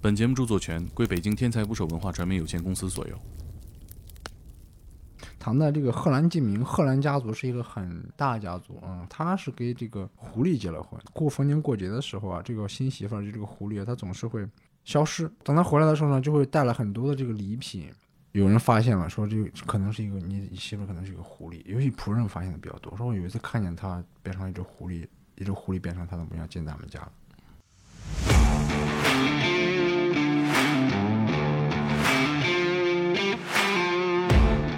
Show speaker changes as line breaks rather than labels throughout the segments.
本节目著作权归北京天才捕手文化传媒有限公司所有。
唐代这个贺兰进明，贺兰家族是一个很大家族啊、嗯，他是跟这个狐狸结了婚。过逢年过节的时候啊，这个新媳妇儿就这个狐狸，她总是会消失。等她回来的时候呢，就会带了很多的这个礼品。有人发现了，说这个可能是一个你媳妇儿可能是一个狐狸，尤其仆人发现的比较多。说我有一次看见她变成一只狐狸，一只狐狸变成她的模样进咱们家了。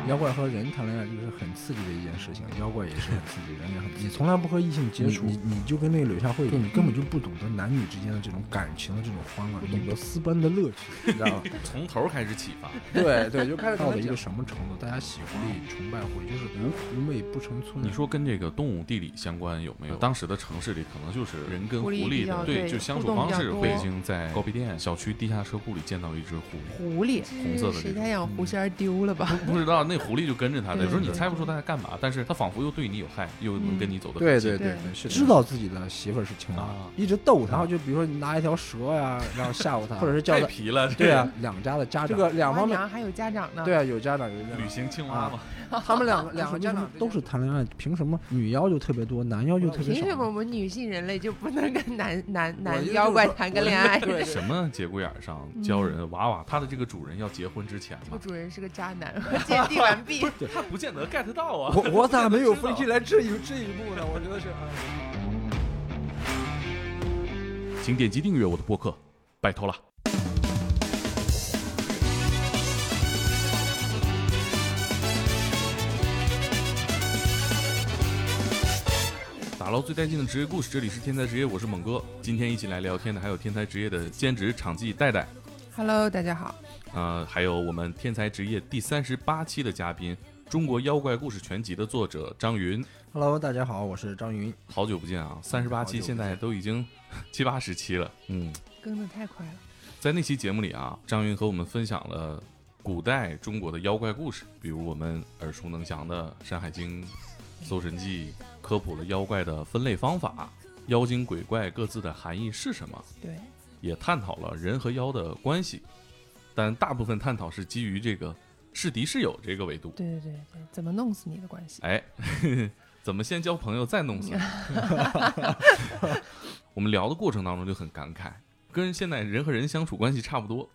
妖怪和人谈恋爱，这个是很刺激的一件事 情。妖怪也是很刺激，人也很刺激。
你从来不和异性接触，
你你你就嗯跟那个柳下惠一
对
样，
你根本就不懂得男女之间的这种感情的这种欢乐，不懂得私奔的乐趣，你知道吗？
从头开始启发，
对对，就开始嗯
到
到
了
了
一
一
个
个，
什么程度？大家喜狐狸、崇拜狐狸，就是无狐媚不成村。
你说跟这个动物地理相关有没有？当时的城市里可能就是人跟狐
狐狸比
狸的
较
对，
对
就相
互
处
动
方
比较
式
多
我已经在高碑店小区地下车库里见到一只狐 狸，
狐狸，哎
红色的这
谁
种
家养狐仙儿丢了吧？
不知道那狐狸就跟着他，
对
有时候你
对
猜不出它在干嘛，但是它仿佛又对你有害，又能跟你走得
对
很近。
嗯对对
对
对，是的
知道自己的媳妇儿是青蛙
啊，
一直逗
然
她
后，就比如说你拿一条蛇呀、然后吓唬他，或者是叫
太
他，
皮了，这
对啊，
两家的家
这
长
个两
花
方面，
娘还有家长呢。
对啊，有家长有家
旅
长，
行青蛙嘛，
他 们两个
两个
两个
家
家
长
长
都是谈恋爱，凭什么女妖就特别多，男妖就特别
凭什么
少？
我们女性人类就不能跟男 男
我就
男
是
妖怪
说
谈个恋 爱？
对
什么节骨眼儿上
嗯
教人娃娃，它的这个主人要结婚之前
这个
嘛，
主人是个渣 男，鉴定完 毕。
他不见得 get 到啊。
我我咋没有
知道
分析来这一这一步呢？我觉得是。啊
请点击订阅我的播客，拜托了。打捞最带劲的职业故事，这里是天才职业，我是猛哥。今天一起来聊天的还有天才职业的兼职场记戴戴，
Hello，大家好。
呃，还有我们天才职业第三十八期的嘉宾，《中国妖怪故事全集》的作者张云。
Hello，大家好，我是张云。
好久不见啊，三十八期
好久不见
现在都已经七八十期了，嗯，
更的太快了，
在那期节目里啊，张云和我们分享了古代中国的妖怪故事，比如我们耳熟能详的《山海经》《搜神记》，科普了妖怪的分类方法，妖精鬼怪各自的含义是什么，
对，
也探讨了人和妖的关系，但大部分探讨是基于这个是敌是友这个维度。
对对对对，怎么弄死你的关系？
哎， 怎么先交朋友再弄死 你？我们聊的过程当中就很感慨，跟现在人和人相处关系差不多。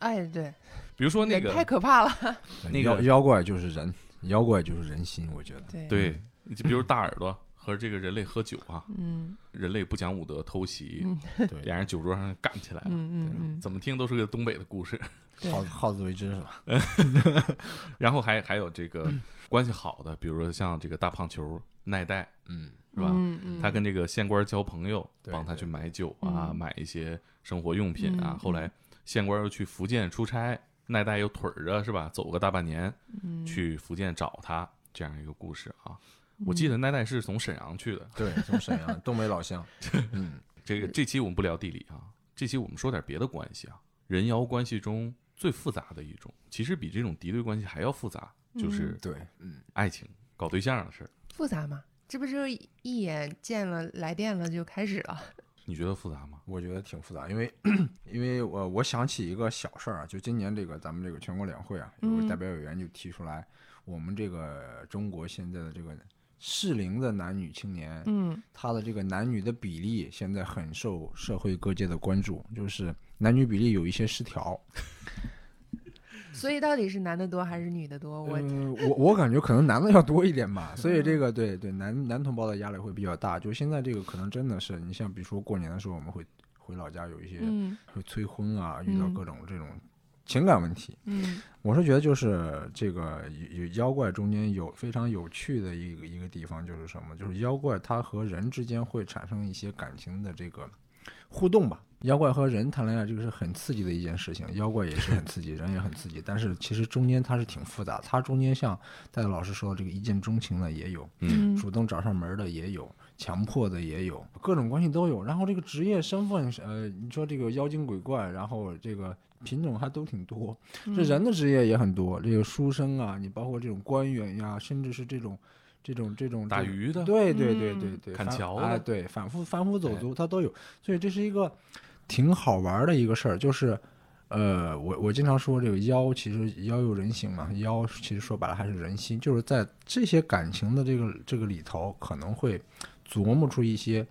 哎，对，
比如说那个
人太可怕了。
那
妖
个
妖怪就是人，妖怪就是人心，我觉得。
对，
对，就比如大耳朵和这个人类喝酒啊，
嗯
人类不讲武德，偷袭，
嗯
俩人酒桌上干起来
嗯
了。
嗯嗯，
怎么听都是个东北的故事，
对
好好自为之是吧？
然后还还有这个
嗯
关系好的，比如说像这个大胖球奈代
嗯，
是吧？
嗯嗯，
他跟这个县官交朋友，
对
帮他去买酒啊，
嗯
买一些生活用品啊。
嗯
后来县官又去福建出差，奈代又腿儿着是吧，走个大半年
嗯
去福建找他，这样一个故事啊。我记
嗯
得奈代是从沈阳去的。
对，从沈阳东北老 乡，嗯，
这个这期我们不聊地理啊，这期我们说点别的关系啊，人妖关系中最复杂的一种，其实比这种敌对关系还要复杂，就是
对，嗯，
爱情、搞对象的事儿。
复杂吗？这不就是一眼见了来电了就开始了？
你觉得复杂吗？
我觉得挺复杂，因为 因为我我想起一个小事儿啊，就今年这个咱们这个全国两会啊，有个
嗯
代表委员就提出来，我们这个中国现在的这个适龄的男女青年，
嗯
他的这个男女的比例现在很受社会各界的关注，就是男女比例有一些失调。
所以到底是男的多还是女的多？
嗯
我嗯
呃、我我感觉可能男的要多一点吧，所以这个对对男男同胞的压力会比较大。就现在这个可能真的是，你像比如说过年的时候，我们会回老家有一些
嗯
会催婚啊，遇到
嗯
各种这种情感问题。
嗯
我是觉得就是这个有有妖怪中间有非常有趣的一个一个地方就是什么，就是妖怪它和人之间会产生一些感情的这个互动吧。妖怪和人谈恋爱这个是很刺激的一件事情，妖怪也是很刺激，人也很刺激，但是其实中间它是挺复杂，它中间像戴老师说的这个一见钟情的也有，
嗯
主动找上门儿的也有，强迫的也有，各种关系都有。然后这个职业身份是，呃，你说这个妖精鬼怪，然后这个品种还都挺多。
嗯
这人的职业也很多，这个书生啊，你包括这种官员呀、甚至是这种这种这种
打
这种
鱼的，
嗯对对对对
嗯
对，
砍
反
樵
啊，
的
对，反复反复走
哎
卒他都有，所以这是一个挺好玩的一个事儿，就是，呃，我我经常说这个妖其实妖有人性嘛，妖其实说白了还是人心，就是在这些感情的这个这个里头，可能会琢磨出一些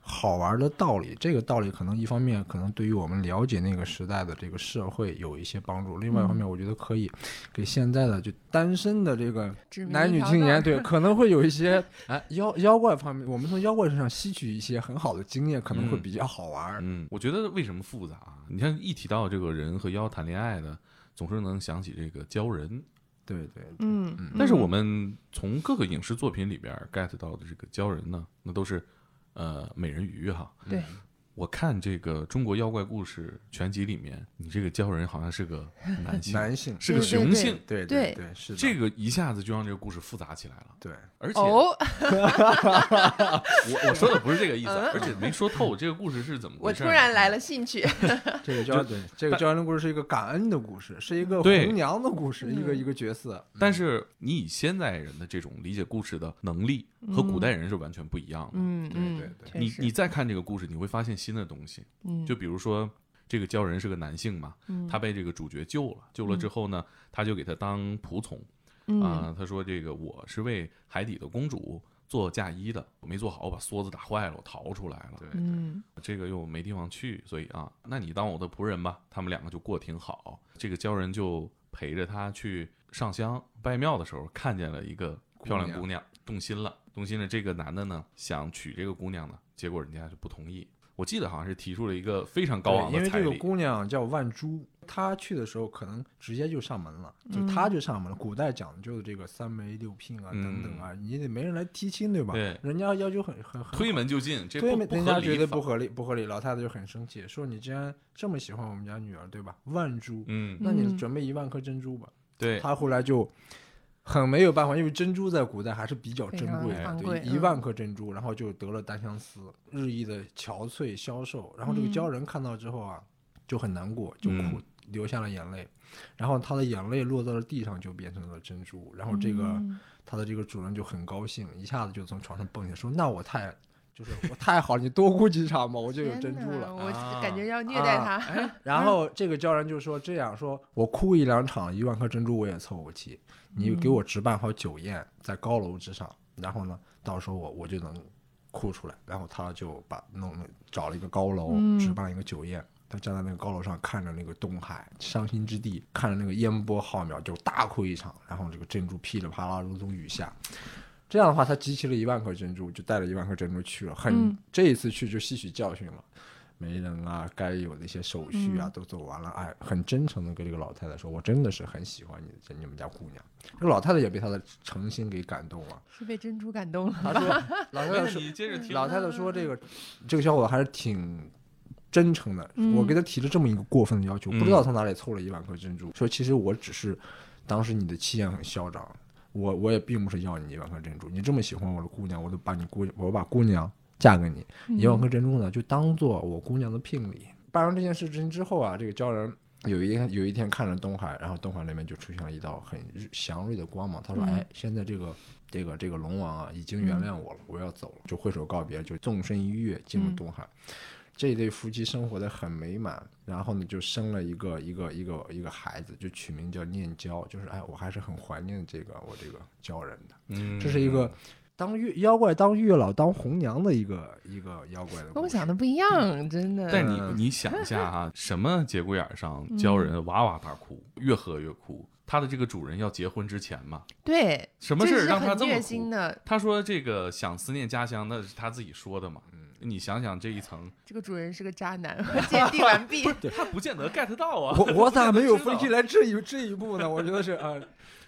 好玩的道理。这个道理可能一方面可能对于我们了解那个时代的这个社会有一些帮助，另外一方面我觉得可以给现在的就单身的这个
指明
男
一
女
条
青
道
年
儿
对，可能会有一些哎妖妖怪方面，我们从妖怪身上吸取一些很好的经验，可能会
嗯
比较好玩儿。
嗯，我觉得为什么复杂啊？你看一提到这个人和妖谈恋爱的，总是能想起这个鲛人，
对对，
嗯，
但是我
嗯
们从各个影视作品里边儿 get 到的这个鲛人呢，那都是呃美人鱼哈。
对
嗯
我看这个《中国妖怪故事全集》里面，你这个鲛人好像是个男 性，
男性
是
对
个
对
雄
对
性，
对
对
对，是的
这个一下子就让这个故事复杂起来了。
对
而且我
哦，
我说的不是这个意思，而且没说透这个故事是怎么
嗯我
回事
突
儿。
然来了兴趣，
这个教对这个教人的故事是一个感恩的故事，是一个
对
红娘的故事，一个
嗯
一个角色。
但是你以现在人的这种理解故事的能力和古代人是完全不一样的。
嗯
对对
嗯，
对
确
你
实
你再看这个故事，你会发现新的东西。
嗯
就比如说这个鲛人是个男性嘛，他被这个主角救了，救了之后呢，他就给他当仆从啊、
嗯
他说这个我是为海底的公主做嫁衣的，我没做好，我把梭子打坏了，我逃出来了。对，
嗯
这个又没地方去，所以啊，那你当我的仆人吧。他们两个就过挺好。这个鲛人就陪着他去上香拜庙的时候，看见了一个漂亮
姑娘
姑娘，动心了。动心了，这个男的呢想娶这个姑娘呢，结果人家就不同意。我记得好像是提出了一个非常高昂
对因
的
为
彩
这个
礼，
姑娘叫万珠，她去的时候可能直接就上门了，就
嗯
她就上门了。古代讲究的这个三媒六聘啊，
嗯
等等啊，你得没人来提亲，对吧？
对
人家要求很很很
推门就进，这
对
不
面，
不
人
合
家觉
理
得
法
不合理，不合理。老太太就很生气，说你既然这么喜欢我们家女儿，对吧？万株，
嗯，
那你
嗯
准备一万颗珍珠吧。
对，
她后来就很没有办法，因为珍珠在古代还是比较
非
珍
常
贵
昂
的，
贵
对，一
嗯
万颗珍珠，然后就得了单相思，日益的憔悴消瘦。然后这个
嗯
鲛人看到之后啊，就很难过，就哭
嗯，
流下了眼泪。然后她的眼泪落到了地上，就变成了珍珠。然
哦
后这个。
嗯
他的这个主人就很高兴，一下子就从床上蹦起来，说：“那我太，就是我太好了，你多哭几场吧，我就有
天
珍珠
哪
了。
我
啊
感觉要虐待
啊
他，
然后这个鲛人就说：“这样说，我哭一两场，一万颗珍珠我也凑不齐，你给我置办好酒宴，在高楼之上，然后呢，到时候我我就能哭出来。”然后他就把弄找了一个高楼，置办了一个酒宴。他站在那个高楼上，看着那个东海，伤心之地，看着那个烟波浩渺，就大哭一场。然后这个珍珠噼里啪啦如同雨下，这样的话，他集齐了一万颗珍珠，就带了一万颗珍珠去了。很，
嗯
这一次去就吸取教训了，媒人啊，该有的一些手续啊、
嗯
都做完了。哎，很真诚的跟这个老太太说，我真的是很喜欢你的你们家姑娘。这个老太太也被他的诚心给感动了。
是被珍珠感动了，
她 说，老太
没
太
事
说，
哎你接着听，
老太太说这个这个小伙子还是挺。真诚的，我给他提了这么一个过分的要求，
嗯
不知道从哪里凑了一万颗珍珠，说其实我只是当时你的气焰很嚣张，我我也并不是要你一万颗珍珠，你这么喜欢我的姑娘，我都把你姑我把姑娘嫁给你，
嗯
一万颗珍珠呢就当做我姑娘的聘礼。办完这件事情之后啊，这个鲛人有一天有一天看着东海，然后东海那边就出现了一道很日祥瑞的光芒，他说：“哎，现在这个。”这个这个龙王啊，已经原谅我了，我要走了，就挥手告别，就纵身一跃进入东海。这对夫妻生活的很美满，然后呢，就生了一个一个一个一个孩子，就取名叫念娇，就是哎，我还是很怀念这个我这个鲛人的。
嗯，
这是一个当月妖怪当月老当红娘的一个一个妖怪的故事。
跟我想的不一样，真的。
但你你想一下 哈、什么节骨眼儿上鲛人哇哇大哭，越喝越哭。他的这个主人要结婚之前嘛，
对，
什么事
这
儿
是
让他
很
这
虐
么
心
哭？
的，
他说这个想思念家乡，那是他自己说的嘛。
嗯
你想想这一 层，
这个主人是个渣男， 鉴定完毕。
他不见得 get 到啊。
我我咋没有分
分
析
析
来这一这一步呢？我觉得是啊、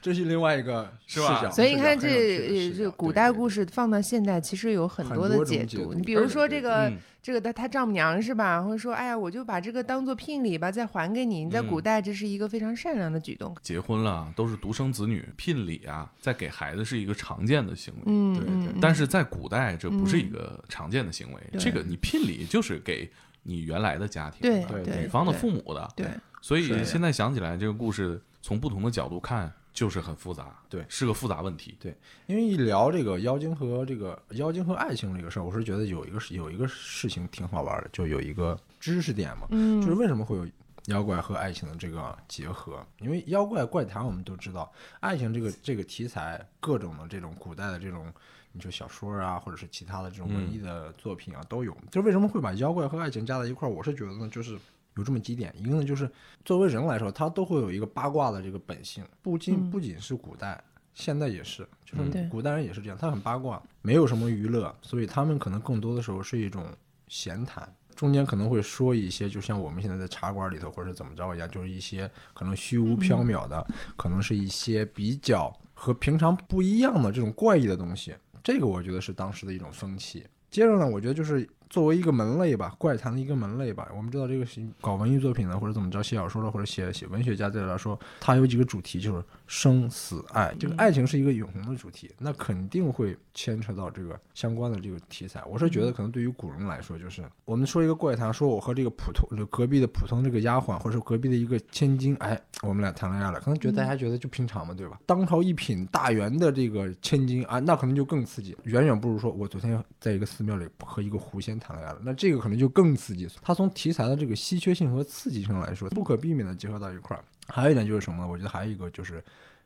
这是另外一个
是
视
吧
角。
所以你看
这
这，这这古代故
事
事放到现代，其实有很
很
多
多种
的解
解
读。
读
你比
而
如
且
说
这
这
个
个
嗯
这个他他丈母娘是吧？会说，哎呀，我就把这个当做聘礼吧，再还给你。在古
嗯
代，这是一个非常善良的举动。
结婚了啊都是独生子女，聘礼啊，再给孩子是一个常见的行为。
嗯，
对
嗯
对
嗯
但是在古代，这不是一个常见的行为。
对
这个你聘礼就是给你原来的家庭的，
对
对
女方的
对
父母的。
对，
所以
是
现在想起来，这个故事从不同的角度看，就是很复杂，
对
是个复杂问题。
因为一聊这个妖精和这个妖精和爱情这个事儿，我是觉得有一个事有一个事情挺好玩的，就有一个知识点嘛，
嗯，
就是为什么会有妖怪和爱情的这个结合？因为妖怪怪谈我们都知道，爱情这个这个题材，各种的这种古代的这种，你说小说啊，或者是其他的这种文艺的作品啊，都有。就是为什么会把妖怪和爱情加在一块儿？我是觉得呢，就是。有这么几点，一个呢就是作为人来说，他都会有一个八卦的这个本性，不仅
嗯
不仅是古代，现在也是，就是
嗯
对
古代人也是这样，他很八卦，没有什么娱乐，所以他们可能更多的时候是一种闲谈，中间可能会说一些，就像我们现在在茶馆里头或者是怎么着一样，就是一些可能虚无
嗯
缥缈的，可能是一些比较和平常不一样的这种怪异的东西。这个我觉得是当时的一种风气。接着呢，我觉得就是作为一个门类吧，怪谈的一个门类吧，我们知道这个是搞文艺作品的，或者怎么着写小说的，或者写写文学家对来说，他有几个主题就是生死爱，这个爱情是一个永恒的主题，那肯定会牵扯到这个相关的这个题材。我是觉得可能对于古人来说，就是我们说一个怪谈，说我和这个普通这隔壁的普通这个丫鬟，或者是隔壁的一个千金，哎，我们俩谈恋爱了，可能觉得大家觉得就平常嘛，对吧？当朝一品大员的这个千金啊，那可能就更刺激，远远不如说我昨天在一个寺庙里和一个狐仙谈恋爱了，那这个可能就更刺激。它从题材的这个稀缺性和刺激性来说，不可避免的结合到一块儿。还有一点就是什么呢？我觉得还有一个就是。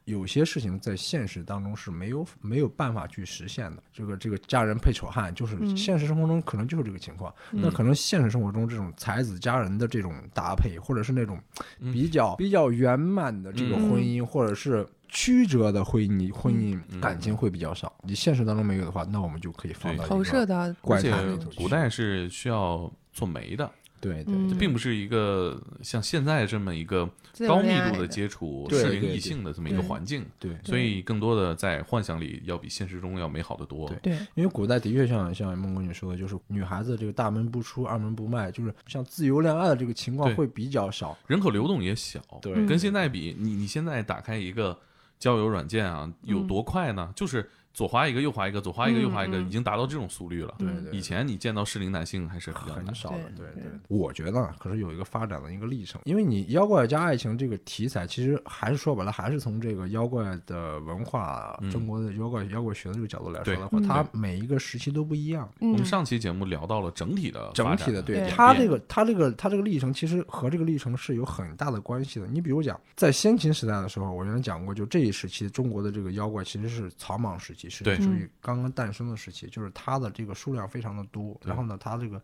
有些事情在现实当中是没有没有办法去实现的。这个这个嫁人配丑汉，就是
嗯
现实生活中可能就是这个情况。那可能现实生活中这种才子佳人的这种搭配，或者是那种
嗯
比较、比较圆满的这个
嗯
婚姻，或者是。曲折的婚姻，婚姻
嗯
感情会比较少。你现实当中没有的话，那我们就可以放到一个
投射到
而
怪
且
谈里头去。
古代是需要做媒的，
对对
嗯
这并不是一个像现在这么一个
自由
高密
恋爱
度的
的
接触、
对
适
对
应
对
异性的这么一个
对
环境，
对，
所以更多的在幻想里要比现实中要美好的多。
对
对，
因为古代的确像像孟公你说的，就是女孩子这个大门不出二门不迈，就是像自由恋爱的这个情况
对
会比较少。
人口流动也小，
对
嗯
跟现在比，你你现在打开一个交友软件啊，有多快呢？就是左滑一个，右滑一个，左滑一个，
嗯
右滑一个，
嗯
已经达到这种速率了。
对
嗯
对
以前你见到适龄男性还是比较难
很。少的，对对
对对。
我觉得啊可是有一个发展的一个历程，因为你妖怪加爱情这个题材，其实还是说白了，还是从这个妖怪的文化
嗯，
中国的妖怪妖怪学的这个角度来说的话，
对
它
嗯
每一个时期都不一样。
我们
嗯
上期节目聊到了整体的
整
发
体
展
的
对
它
演
这个它这个它这个历程，其实和这个历程是有很大的关系的。你比如讲，在先秦时代的时候，我原来讲过，就这一时期中国的这个妖怪其实是草莽时期，是
对
嗯
属于刚刚诞生的时期，就是它的这个数量非常的多，
对
然后呢，它这个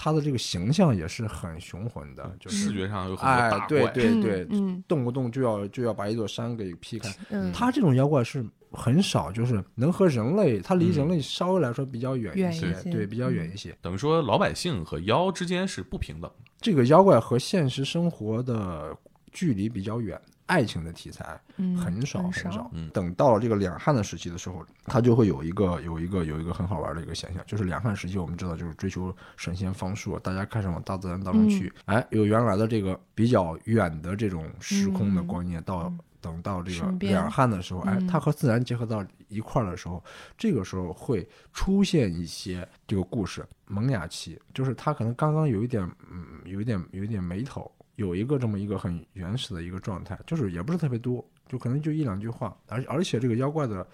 它的这个形象也是很雄浑的，就
视
是
觉嗯上有很多
哎
大，
对
怪，
对对，
嗯
动不动就要就要把一座山给劈开，
嗯，
它这种妖怪是很少，就是能和人类，它离人
嗯
类稍微来说比较远
远
一
一
些，
些
对，比较远
嗯
一些。
等于说老百姓和妖之间是不平等的。
这个妖怪和现实生活的距离比较远，爱情的题材
嗯
很少
很
很
少
少。
嗯
等到了这个两汉的时期的时候，它就会有一个有一个有一个很好玩的一个现象，就是两汉时期我们知道就是追求神仙方术，大家开始往大自然当中去。
嗯
哎，有原来的这个比较远的这种时空的观念，到等到这个
嗯身边
两汉的时候，哎
嗯，
它和自然结合到一块儿的时候，这个时候会出现一些这个故事萌芽期，就是他可能刚刚有一点，嗯，有一点有一点眉头，有一个这么一个很原始的一个状态，就是也不是特别多，就可能就一两句话，而而且这个妖怪的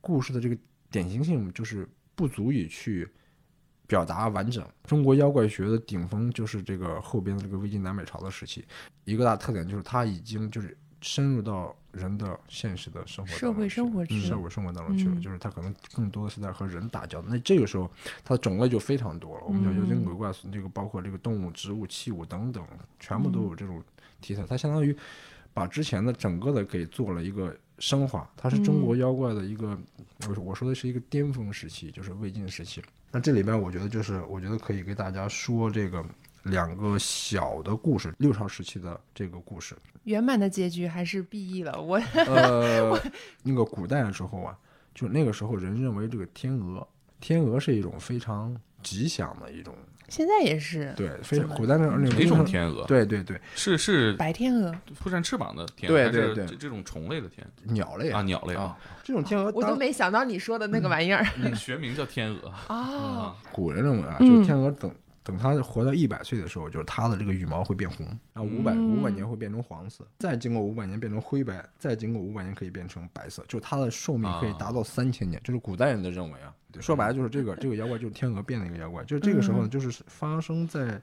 故事的这个典型性就是不足以去。表达完整，中国妖怪学的顶峰就是这个后边的这个魏晋南北朝的时期。一个大特点就是它已经就是深入到人的现实的生活当
社
中
会
去
生活
嗯
去
社
了
会生活当中去了，
嗯
就是它可能更多的是在和人打交道。那这个时候，它的种类就非常多了。我们讲妖精
嗯
鬼怪，这个包括这个动物、植物、器物等等，全部
嗯
都有这种题材。它相当于把之前的整个的给做了一个升华。它
嗯
是中国妖怪的一个，我我说的是一个巅峰时期，就是魏晋时期。那这里边我觉得就是，我觉得可以给大家说这个两个小的故事，六朝时期的这个故 事。
圆满的结局还是 BE 了，我
呃，那个古代的时候啊，就那个时候人认为这个天鹅，天鹅是一种非常吉祥的一种，
现在也是
对，非常
怎么
古代那种
哪种，天鹅？
嗯对对对，
是是
白天鹅，
扑扇翅膀的天，
对
还
对
是
对
这这种虫类的天
鸟类
啊，鸟类
啊，这种天鹅
我都
当
没想到你说的那个玩意儿
嗯学名叫天鹅
啊，
啊，
古人认为啊，
嗯
就是天鹅等等他活到一百岁的时候，就是他的这个羽毛会变红，然后五百
嗯
五百年会变成黄色，再经过五百年变成灰白，再经过五百年可以变成白色，就是它的寿命可以达到三千年，啊这是古代人的认为啊。对说白了就是这个这个妖怪就是天鹅变的一个妖怪，就是这个时候呢，
嗯
就是发生在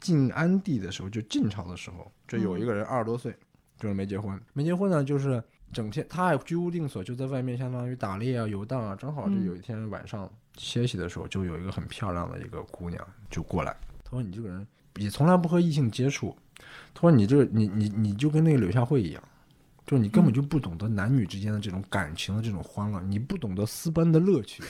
晋安帝的时候，就晋朝的时候，这有一个人二十多岁，就是没结婚，没结婚呢就是。整天他还居无定所，就在外面相当于打猎啊、游荡啊。正好就
嗯
有一天晚上歇息的时候，就有一个很漂亮的一个姑娘就过来，她说：“你这个人也从来不和异性接触，她说你这个你你你就跟那个柳下惠一样，就是你根本就不懂得男女之间的这种感情的这种欢乐，你不懂得私奔的乐趣，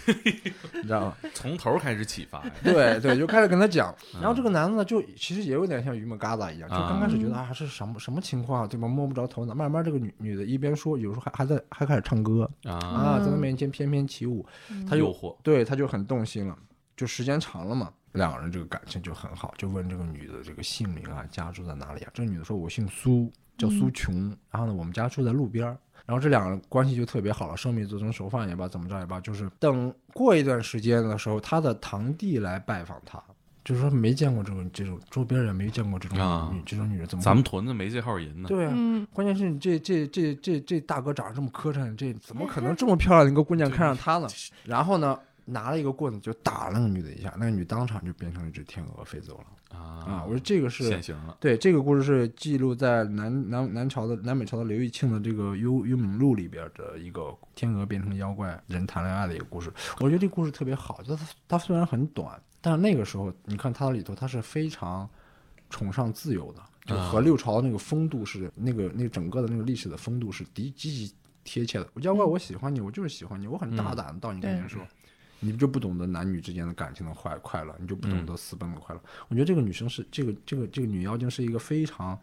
你知道吗？
从头开始启发呀，
对对，就开始跟他讲。然后这个男的呢，就其实也有点像榆木疙瘩一样，就
啊
刚开始觉得啊这是什么什么情况啊，对吧？摸不着头脑。慢慢这个女女的一边说，有时候还还在还开始唱歌
啊，
啊，在他面前翩翩起舞，
嗯
他又
诱惑，
对，他就很动心了。就时间长了嘛，两个人这个感情就很好，就问这个女的这个姓名啊，家住在哪里啊？这个女的说我姓苏，叫苏琼，然后呢，我们家住在路边儿。然后这两个人关系就特别好了，生米做成熟饭也罢，怎么着也罢，就是等过一段时间的时候，他的堂弟来拜访他，就是说没见过这种这种周边人没见过这种女、
啊
这种女人，怎么会
咱们屯子没这号人呢，
对啊？
嗯，
关键是你这这这这这大哥长得这么磕碜，这怎么可能这么漂亮的一个姑娘看上他呢？然后呢，拿了一个棍子就打了那个女的一下，那个女当场就变成了一只天鹅飞走了啊！
啊
我，说这个是
现形了，
对这个故事是记录在南南南朝的南北朝的刘义庆的这个《幽幽冥录》里边的一个天鹅变成妖怪人谈恋爱的一个故事。我觉得这故事特别好，就是它它虽然很短，但是那个时候你看它里头，它是非常崇尚自由的，就和六朝那个风度是、那个那整个的那个历史的风度是极极其贴切的。妖怪，我喜欢你，我就是喜欢你，我很大胆的到你面前说。你就不懂得男女之间的感情的快快乐，你就不懂得私奔的快乐。我觉得这个女生是这个这个这个女妖精是一个非常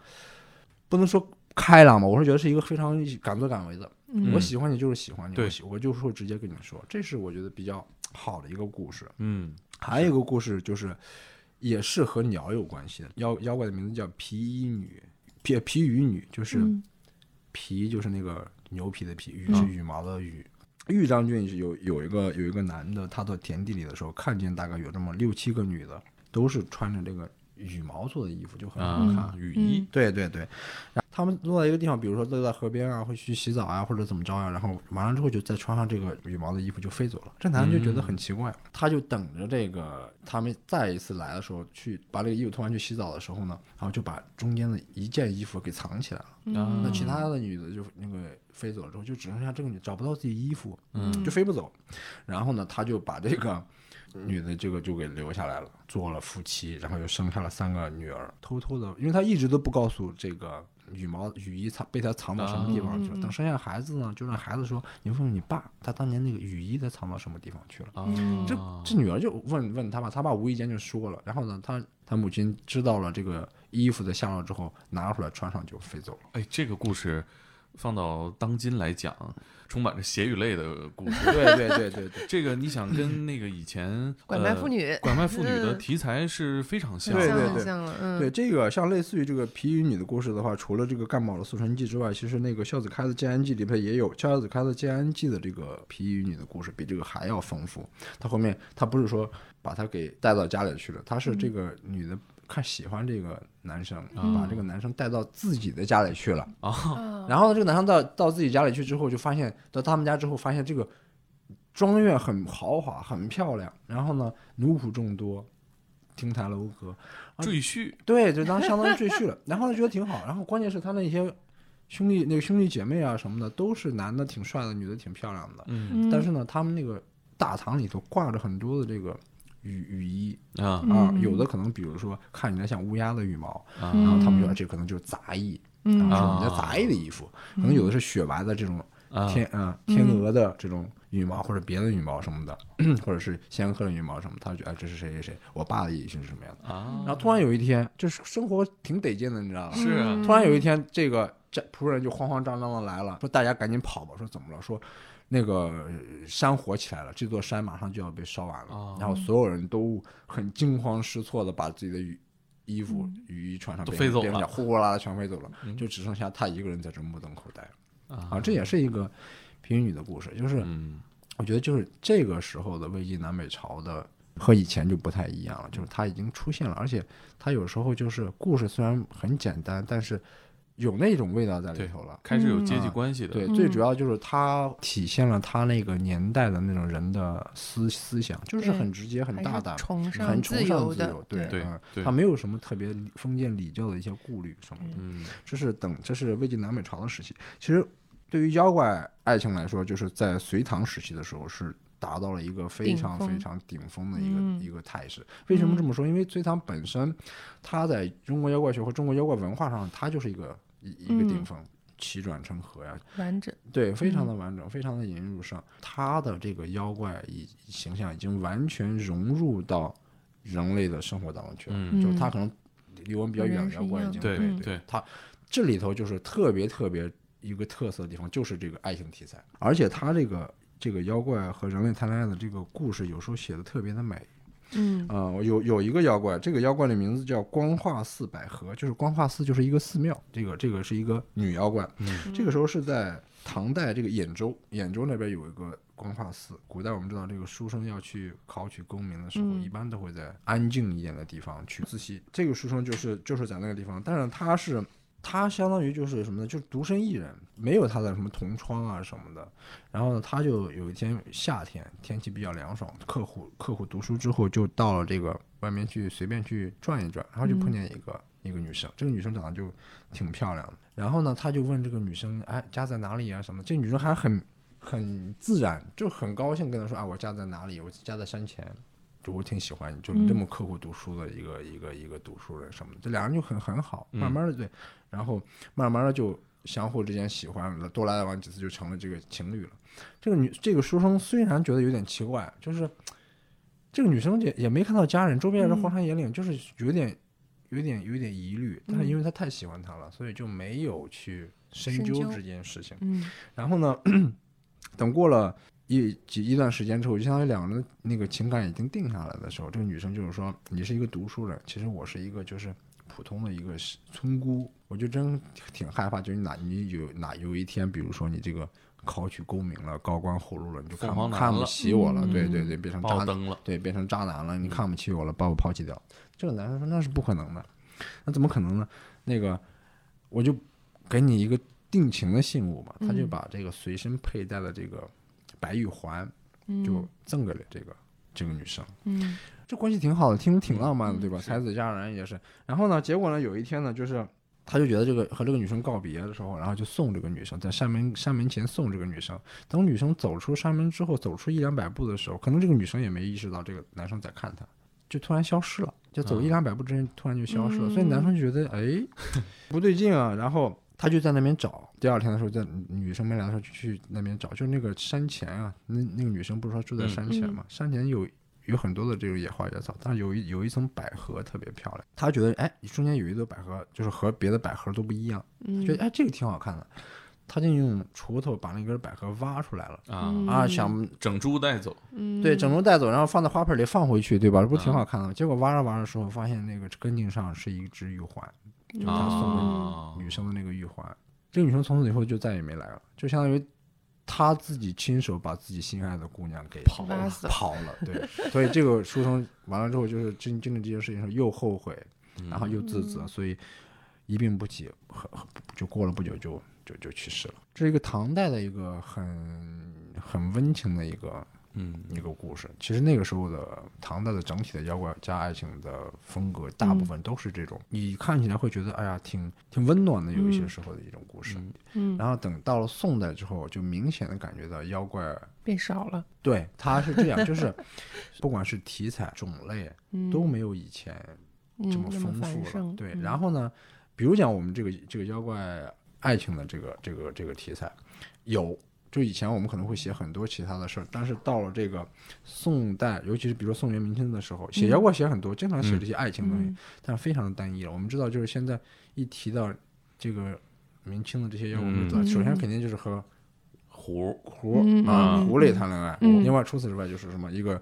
不能说开朗吧，我是觉得是一个非常敢作敢为的。
嗯
我喜欢你就是喜欢你，
对
我喜我就会直接跟你说，这是我觉得比较好的一个故事。
嗯，
还有一个故事就是，也是和鸟有关系的，妖妖怪的名字叫皮衣女，皮皮羽女，就是
嗯
皮就是那个牛皮的皮，羽是羽毛的羽。豫章郡是有有一个有一个男的，他到田地里的时候，看见大概有这么六七个女的，都是穿着这个羽毛做的衣服，就很好看。
啊，雨衣，
对对对，然后他们落在一个地方，比如说落在河边啊，会去洗澡啊，或者怎么着啊，然后完了之后就再穿上这个羽毛的衣服就飞走了。这男人就觉得很奇怪，他就等着这个他们再一次来的时候，去把这个衣服脱完去洗澡的时候呢，然后就把中间的一件衣服给藏起来了。
嗯
啊
那其他的女的就那个飞走了之后，就只剩下这个女找不到自己衣服，
嗯
就飞不走。然后呢，他就把这个女的这个就给留下来了，做了夫妻，然后又生下了三个女儿。偷偷的，因为他一直都不告诉这个羽毛羽衣藏被他藏到什么地方去了。
嗯嗯嗯
等生下孩子呢，就让孩子说：“你问问你爸，他当年那个羽衣他藏到什么地方去了。”
嗯
啊，
这嗯这女儿就问问他爸，他爸无意间就说了，然后呢，他他母亲知道了这个衣服的下落之后，拿出来穿上就飞走了。
哎，这个故事放到当今来讲，充满着血与泪的故事。
对对对对对，
这个你想跟那个以前
拐卖
呃
妇女
拐卖妇女的
嗯
题材是非常像
很
对
的
像
对
很
对
像了，嗯，
对这个像类似于这个皮与女的故事的话，除了这个干宝的《速成记》之外，其实那个孝子开的《建安记》里边也有孝子开的《建安记》的这个皮与女的故事，比这个还要丰富。他后面他不是说把他给带到家里去了，他是这个女的看喜欢这个男生，啊把这个男生带到自己的家里去了。
啊，
然后这个男生到到自己家里去之后，就发现到他们家之后，发现这个庄院很豪华，很漂亮，然后呢，奴仆众多，亭台楼阁。
赘婿，
对，就当相当于赘婿了。然后呢，觉得挺好。然后关键是他那些兄弟、那个兄弟姐妹啊什么的，都是男的挺帅的，女的挺漂亮的。
嗯
嗯
但是呢，他们那个大堂里头挂着很多的这个雨雨衣
啊
啊，
嗯
有的可能比如说看起来像乌鸦的羽毛，
啊
然后他们
嗯
觉得这可能就是杂役，
嗯
啊，是人家杂役的衣服，可能有的是雪白的这种
啊，
天啊、天
嗯
鹅的这种羽毛或者别的羽毛什么的， 或者是仙鹤的羽毛什么，他觉得哎这是谁谁谁，我爸的衣服是什么样的。
啊，
然后突然有一天，就是生活挺得劲的，你知
嗯
道吧？
是啊，
突然有一天，这个这仆人就慌慌张张的来了，说大家赶紧跑吧。说怎么了？说那个呃山火起来了，这座山马上就要被烧完了。
哦
然后所有人都很惊慌失措的把自己的雨衣服、雨衣穿上，
嗯都
变成
飞走
变成
了嗯
鸟呼呼啦啦全飞走了，就只剩下他一个人在这目瞪口呆。
啊
啊，这也是一个平民女的故事，就是
嗯
我觉得就是这个时候的魏晋南北朝的和以前就不太一样了，就是它已经出现了，而且它有时候就是故事虽然很简单，但是有那种味道在里
对
头了。
开始有阶级
嗯
关系的，
对，
嗯
最主要就是它体现了它那个年代的那种人的思思想，就是
对
很直接、很
还
大
是
胆、
崇
很
尚
崇
自
尚
由
自
的，
由。对
对
嗯
对
它没有什么特别封建礼教的一些顾虑什么的。
嗯，
这是等，这是魏晋南北朝的时期。其实对于妖怪爱情来说，就是在隋唐时期的时候是达到了一个非
顶
常非
峰
常顶峰的一个、
嗯
一个态势。为什么这么说？因为隋唐本身，它在中国妖怪学和中国妖怪文化上，它就是一个一一个顶
嗯
峰。起转成河呀，
完整，
对，非常的
嗯
完整，非常的引人入胜。它的这个妖怪已形象已经完全融入到人类的生活当中去了，
嗯
就是它
嗯
可能离我们比较
和
远
人
的
是
妖
一
怪已
样
经
的
对
嗯
对，
这里头就是特别特别一个特色的地方，就是这个爱情题材，而且它这个这个妖怪和人类谈恋爱的这个故事，有时候写的特别的美。
嗯
啊、我有有一个妖怪，这个妖怪的名字叫光化寺百合，就是光化寺就是一个寺庙，这个这个是一个女妖怪，
嗯
这个时候是在唐代这个兖州，兖州那边有一个光化寺。古代我们知道，这个书生要去考取功名的时候，
嗯
一般都会在安静一点的地方去自习。这个书生就是就是在那个地方，但是他是他相当于就是什么呢？就是独身一人，没有他的什么同窗啊什么的。然后呢，他就有一天夏天天气比较凉爽，客户客户读书之后就到了这个外面去随便去转一转，然后就碰
嗯
见一个、一个女生，这个女生长得就挺漂亮的。然后呢，他就问这个女生，哎，家在哪里啊？什么？这女生还很很自然，就很高兴跟他说啊，我家在哪里？我家在山前，就我挺喜欢你，就是
嗯
这么刻苦读书的一个、一个一个读书人什么的，这俩人就很很好，慢慢的对，然后慢慢的就相互之间喜欢了，多来往几次就成了这个情侣了。这个女这个书生虽然觉得有点奇怪，就是这个女生也也没看到家人，周边人
嗯
荒山野岭，就是有点有点有点疑虑，但是因
嗯
为他太喜欢他了，所以就没有去深
深
究
究
这件事情。
嗯
然后呢，等过了一几一段时间之后，就相当于两个人的那个情感已经定下来的时候，这个女生就是说：“你是一个读书人，其实我是一个就是普通的一个是村姑，我就真挺害怕，就是哪你有哪有一天，比如说你这个考取功名了，高官厚禄了，你就看
凤凰
不
男
看不
了
起我了，
嗯
对对对，变成渣
爆
男
灯了，
对，变成渣男了，你看不起我了，把我抛弃掉。这个男生说那是不可能的，那怎么可能呢？那个我就给你一个定情的信物吧，他就
嗯
把这个随身佩戴的这个白玉环
嗯，
就赠给了这个、这个女生。
嗯
这关系挺好的，听挺浪漫的，
嗯
对吧？才子佳人也是。然后呢，结果呢，有一天呢，就是他就觉得这个和这个女生告别的时候，然后就送这个女生在山门山门前送这个女生。等女生走出山门之后，走出一两百步的时候，可能这个女生也没意识到这个男生在看她，就突然消失了，就走
啊
一两百步之间突然就消失了。
嗯
所以男生就觉得哎不对劲啊，然后。他就在那边找，第二天的时候，在女生没来的时候就去那边找，就是那个山前啊，那那个女生不是说住在
嗯
山前
嗯
嘛，山前有有很多的这个野花野草，但是有一有一层百合特别漂亮。他觉得，哎，中间有一朵百合，就是和别的百合都不一样，
嗯，
觉得哎这个挺好看的。他就用锄头把那根百合挖出来了，
啊，
嗯
啊，想
整株带走，
嗯
对整株带走，然后放在花盆里放回去，对吧？这不挺好看的吗？结果挖着挖着的时候，发现那个根茎上是一只玉环，
嗯
他送给
啊，
女生的那个玉环。这个女生从此以后就再也没来了，就相当于他自己亲手把自己心爱的姑娘给
跑
挖
了，
死了，
跑了， 对，所以这个书生完了之后，就是经经历这件事情上又后悔，然后又自责，
嗯
所以一病不起，很很就过了不久就就就去世了。这是一个唐代的一个很很温情的一个
嗯，
一个故事。其实那个时候的唐代的整体的妖怪加爱情的风格，大部
嗯
分都是这种，你看起来会觉得哎呀，挺挺温暖的，有一些
嗯
时候的一种故事。
嗯
嗯，
然后等到了宋代之后，就明显的感觉到妖怪。
变少了，
对，它是这样，就是 不管是题材、种类
嗯，
都没有以前
嗯
这
那
么
么
丰
繁
富了。
盛，
对，
嗯
然后呢，比如讲我们这个这个妖怪爱情的这个这个这个题材，有。就以前我们可能会写很多其他的事儿，但是到了这个宋代，尤其是比如说宋元明清的时候，写
嗯
妖怪写很多，经常写
嗯
这些爱情的东西，
嗯
但是非常的单一了。我们知道，就是现在一提到这个明清的这些妖怪，我
嗯
们知道首先
嗯
肯定就是和
壶
狐、
嗯
啊
嗯
狐狸谈恋爱，
嗯
另外除此之外就是什么一个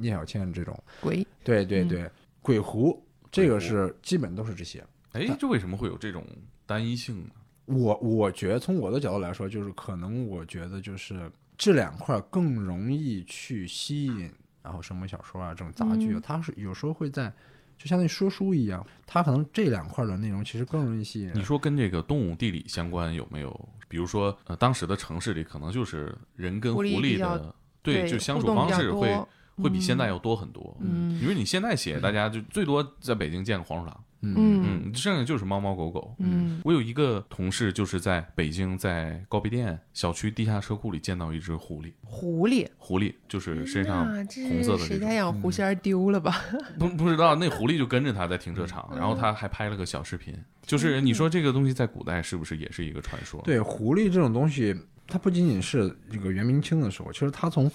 聂小倩这种，
鬼，
对对
嗯
对，鬼狐这个
狐
是基本都是这些。
哎，这为什么会有这种单一性呢？
我我觉得从我的角度来说，就是可能我觉得就是这两块更容易去吸引然后什么小说啊这种杂剧啊，它是有时候会在就相当于说书一样，它可能这两块的内容其实更容易吸引人。
你说跟这个动物地理相关有没有？比如说，呃，当时的城市里可能就是人跟狐
狐狸比
狸
较
的对，就相
互
处
动比
方
较
式会
多
会比现在要多很多。
嗯
因为你现在写，大家就最多在北京见个黄鼠狼，
嗯
嗯，剩下就是猫猫狗狗。
嗯
我有一个同事就是在北京，在高碑店小区地下车库里见到一只狐狸，
狐狸
狐狸就是身上
哎
那
红色
啊
的
这
这
谁家
种，嗯
养狐仙儿丢了吧？
不不知道那狐狸就跟着他在停车场，
嗯
然后他还拍了个小视频。就是你说这个东西在古代是不是也是一个传说？
对狐狸这种东西，它不仅仅是这个元明清的时候，其实它从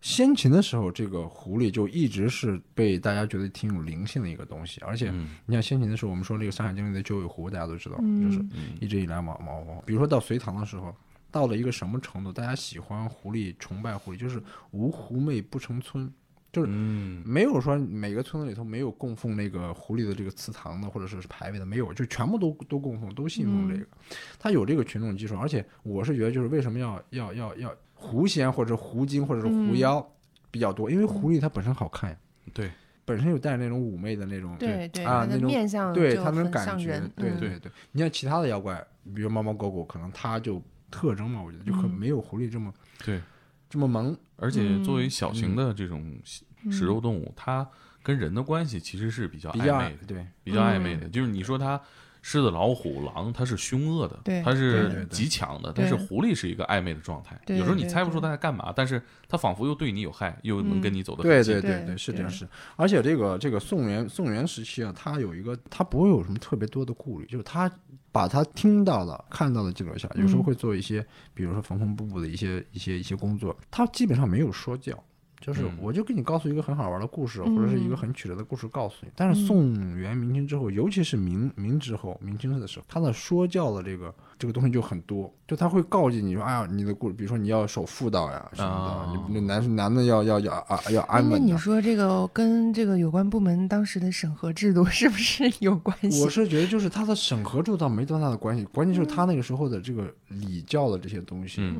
先秦的时候，这个狐狸就一直是被大家觉得挺有灵性的一个东西。而且
嗯
你像先秦的时候，我们说这个《山海经》里的九尾狐，大家都知道，
嗯
就是
嗯
一直以来往往往，比如说到隋唐的时候。到了一个什么程度，大家喜欢狐狸、崇拜狐狸，就是无狐媚不成村，
嗯，
没有说每个村子里头没有供奉那个狐狸的这个祠堂的或者是牌位的，没有，就全部都都供奉，都信奉这个。
嗯
他有这个群众基础，而且我是觉得就是为什么要要要要狐仙或者狐精或者是
嗯
狐妖比较多，因为狐狸它本身好看呀，
对，
本身有带那种妩媚的那种
对对，
啊
它
那
的
种
面相
对
嗯就
它能
很
感
像
觉
人，
对
嗯
对对。你像其他的妖怪，比如猫猫狗狗，可能它就特征嘛，我觉得就
嗯
可没有狐狸这么
对，
这么萌。
而且作
嗯
为小型的这种食
嗯
肉动物，它跟人的关系其实是比较
比
啊暧
较
昧的，
对，
比较暧昧
嗯
的。就是你说它狮子、老虎、狼，它是凶恶的，
对
它
对对
是
对
极强的，
对
但是狐狸是一个暧昧的状态。
对
有时候你
对
猜不出
对嗯
它在干嘛，但是它仿佛又对你有害，又能跟你走得
对
很近。
对
对
对，是这样
对
是。而且这个这个宋元宋元时期啊，他有一个他不会有什么特别多的顾虑，就是他把他听到的、看到的记录下来，有时候
嗯
会做一些，比如说缝缝补补的一些一些一些工作，他基本上没有说教。就是
嗯
我就给你告诉一个很好玩的故事，或者是一个
嗯
很曲折的故事告诉你。但是宋元明清之后，尤其是明明之后、明清的时候，他的说教的这个这个东西就很多，就他会告诫你说，哎呀，你的故事，比如说你要守妇道呀什么的，
啊
你男男的要要要啊要
哎
安
那
稳
你
的。
说这个跟这个有关部门当时的审核制度是 不是有关系
我？是觉得就是他的审核制度倒没多大的关系，关键就是他那个时候的这个礼教的这些东西，
嗯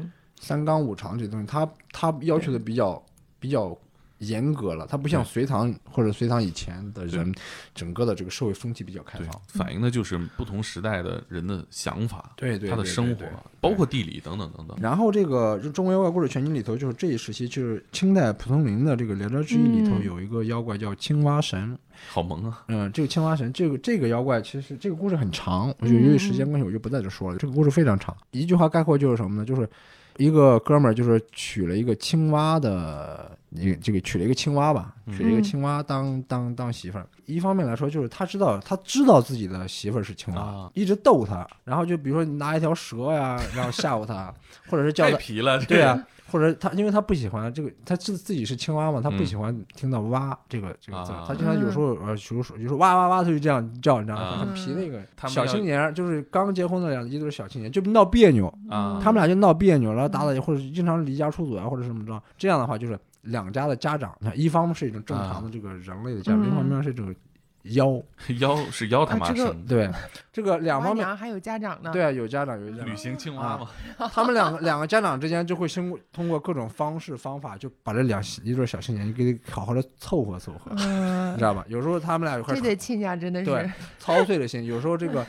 嗯，
三纲五常这些东西，他他要求的比较比较严格了，他不像隋唐或者隋唐以前的人，整个的这个社会风气比较开
对
放。，
反映的就是不同时代的人的想法，
对对
他的
对
生活
对对，
包括地理等等等等。
然后这个就《中国妖怪故事全集》里头，就是这一时期，就是清代蒲松龄的这个《聊斋志异》里头
嗯
有一个妖怪叫青蛙神，
好萌啊！
嗯，这个青蛙神，这个这个妖怪，其实这个故事很长，
嗯
我就由于时间关系，我就不在这说了。这个故事非常长，一句话概括就是什么呢？就是一个哥们儿，就是娶了一个青蛙的，一个这个娶了一个青蛙吧，娶了一个
嗯
青蛙当当当媳妇儿。一方面来说，就是他知道他知道自己的媳妇儿是青蛙，
啊
一直逗他，然后就比如说你拿一条蛇呀，然后吓唬他，或者是叫
太
他
皮了，
对啊，或者他因为他不喜欢这个，他自自己是青蛙嘛，他不
嗯
喜欢听到“蛙”这个这个字儿
啊，
他经常有时候呃，比如说就说“哇哇哇”，他就这样叫，你知道吗？
啊
很皮那个
他们
小
要
青年儿，就是刚结婚的两一对小青年，就闹别扭，
啊，
他们俩就闹别扭，然后打打或者是经常离家出走啊，或者是怎么着。这样的话，就是两家的家长，你看一方面是一种正常的这个人类的家长，
嗯
另一方面是这种妖，
妖是妖他
啊
妈
这个
生的，
对这个两
花
方 面，
娘还有家长呢。
对啊，有家长有家长
旅。行青蛙嘛，
他们两个两个家长之间就会通过通过各种方式方法，就把这两一对小青年给你好好的凑合凑合，你
嗯
知，道吧？有时候他们俩一块
这对亲家真 的
对
是，
操碎了心，有时候 这个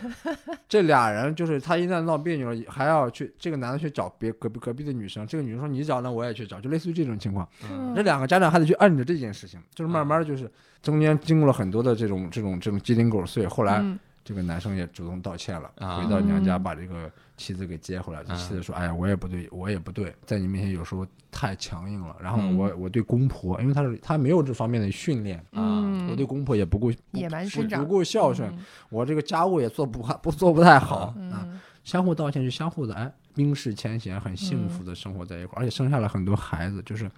这俩人就是他一旦闹别扭了，还要去这个男的去找别隔壁隔壁的女生，这个女生说你找那我也去找，就类似于这种情况。
嗯
这两个家长还得去摁着这件事情，就是慢慢就是中间经过了很多的这种这种这种鸡零狗碎，后来
嗯
这个男生也主动道歉了，
啊
回到娘家
嗯
把这个妻子给接回来。
嗯
妻子说：“哎呀，我也不对，我也不对，在你面前有时候太强硬了。然后
嗯
我我对公婆，因为他是他没有这方面的训练，
嗯，
啊我对公婆也不够
野蛮
不
生长
不够孝顺，
嗯
我这个家务也做不不做不太好啊。
嗯
相互道歉就相互的哎，冰释前嫌，很幸福的生活在一
嗯
块儿，而且生下了很多孩子，就是。”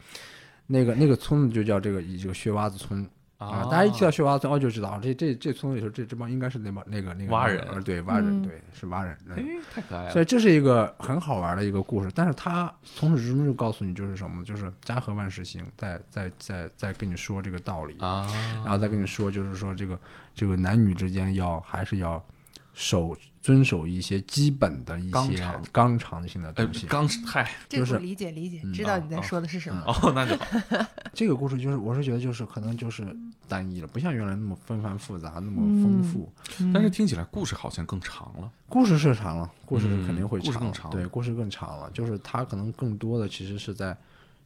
那个那个村子就叫这个以这个薛洼子村，啊，大家一提到
啊
雪蛙村，哦，就知道这这这村里头这这帮应该是那帮那个那个
蛙
那个
人
呃对蛙人，
嗯
对是蛙人。
哎
嗯，
太可爱
所
了，
以这是一个很好玩的一个故事，但是他从始至终就告诉你就是什么，就是家和万事兴，在在在在跟你说这个道理，
啊，
然后再跟你说就是说这个这个男女之间要还是要守遵守一些基本的一
纲
些
常
纲常性的
哎
东，西。
刚嗨
就
这
是
我理解理解
嗯，
知道你
啊
在
啊
说的是什么。
哦，那就好，
这个故事就是，我是觉得就是可能就是单一了，不像原来那么纷繁复杂，那么丰富。
但是听起来故事好像更长了。
故事是长了，故事是
嗯
肯定会
故事
长，
更长
对，故事更长了。就是他可能更多的其实是在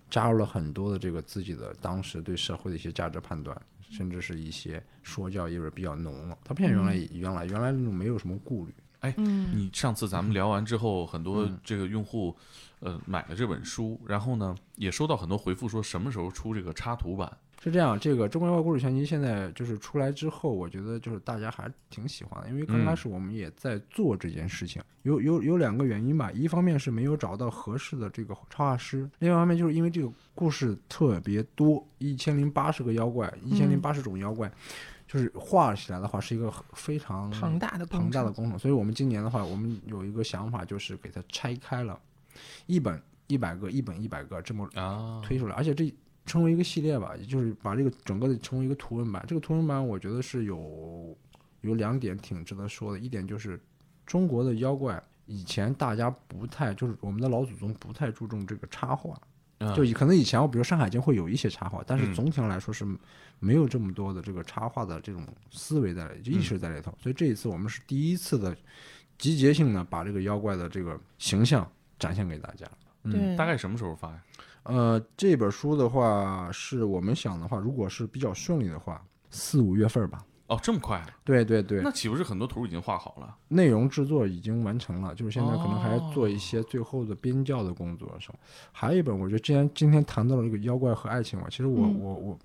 加入了很多的这个自己的当时对社会的一些价值判断，甚至是一些说教意味比较浓了。他不像原
嗯
来、原来原来那种没有什么顾虑，
嗯
你上次咱们聊完之后，很多这个用户，呃，买了这本书，然后呢，也收到很多回复，说什么时候出这个插图版？
是这样，这个《中国妖怪故事全集》现在就是出来之后，我觉得就是大家还挺喜欢的，因为刚开始我们也在做这件事情，有有有两个原因吧，一方面是没有找到合适的这个插画师，另外一方面就是因为这个故事特别多，一千零八十个妖怪，一千零八十种妖怪，就是画起来的话是一个很非常
庞大的
嗯
工
庞大的
程
工程，所以我们今年的话，我们有一个想法就是给它拆开了，一本一百个，一本一百个这么
啊，
推出来，而且这成为一个系列吧，也就是把这个整个的成为一个图文版。这个图文版我觉得是有有两点挺值得说的，一点就是中国的妖怪以前大家不太就是我们的老祖宗不太注重这个插画，
嗯
就以可能以前我比如《山海经》会有一些插画，但是
嗯
总体上来说是没有这么多的这个插画的这种思维在里，就意
嗯
识在里头。所以这一次我们是第一次的集结性的把这个妖怪的这个形象展现给大家。
对，
大概什么时候发呀？
呃，这本书的话，是我们想的话，如果是比较顺利的话，四五月份儿吧。
哦，这么快啊？
对对对
那，岂不是很多图已经画好了？
内容制作已经完成了，就是现在可能还要做一
哦
些最后的编校的工作什么。还有一本，我觉得既然今天谈到了这个妖怪和爱情嘛，其实我、
嗯
我我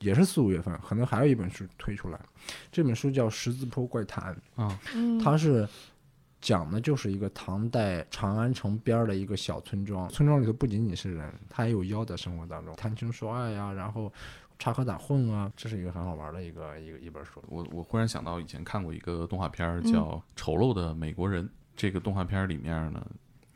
也是四五月份，可能还有一本书推出来，这本书叫《十字坡怪谈》。
嗯
它是讲的就是一个唐代长安城边儿的一个小村庄，村庄里头不仅仅是人，它也有妖在生活当中，谈情说爱呀、然后插科打诨啊，这是一个很好玩的一个一个一本书。
我我忽然想到以前看过一个动画片儿
嗯
叫《丑陋的美国人》，这个动画片儿里面呢，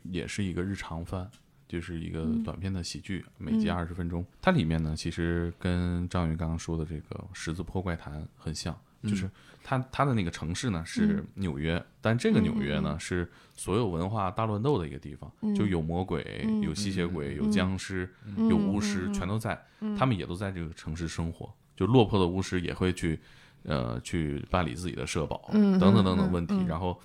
也是一个日常番，就是一个短片的喜剧，每集
嗯
二十分钟。它里面呢，其实跟张云刚刚说的这个《十字坡怪谈》很像，就是它它的那个城市呢是
嗯
纽约，但这个纽约呢是所有文化大乱斗的一个地方，就有魔鬼、
嗯
有吸血鬼、有
嗯
僵尸、
嗯
有巫师，
嗯嗯
全都在，他们也都在这个城市生活。就落魄的巫师也会去，呃，去办理自己的社保，
嗯
等等
嗯
等等
嗯
问题。
嗯
然后，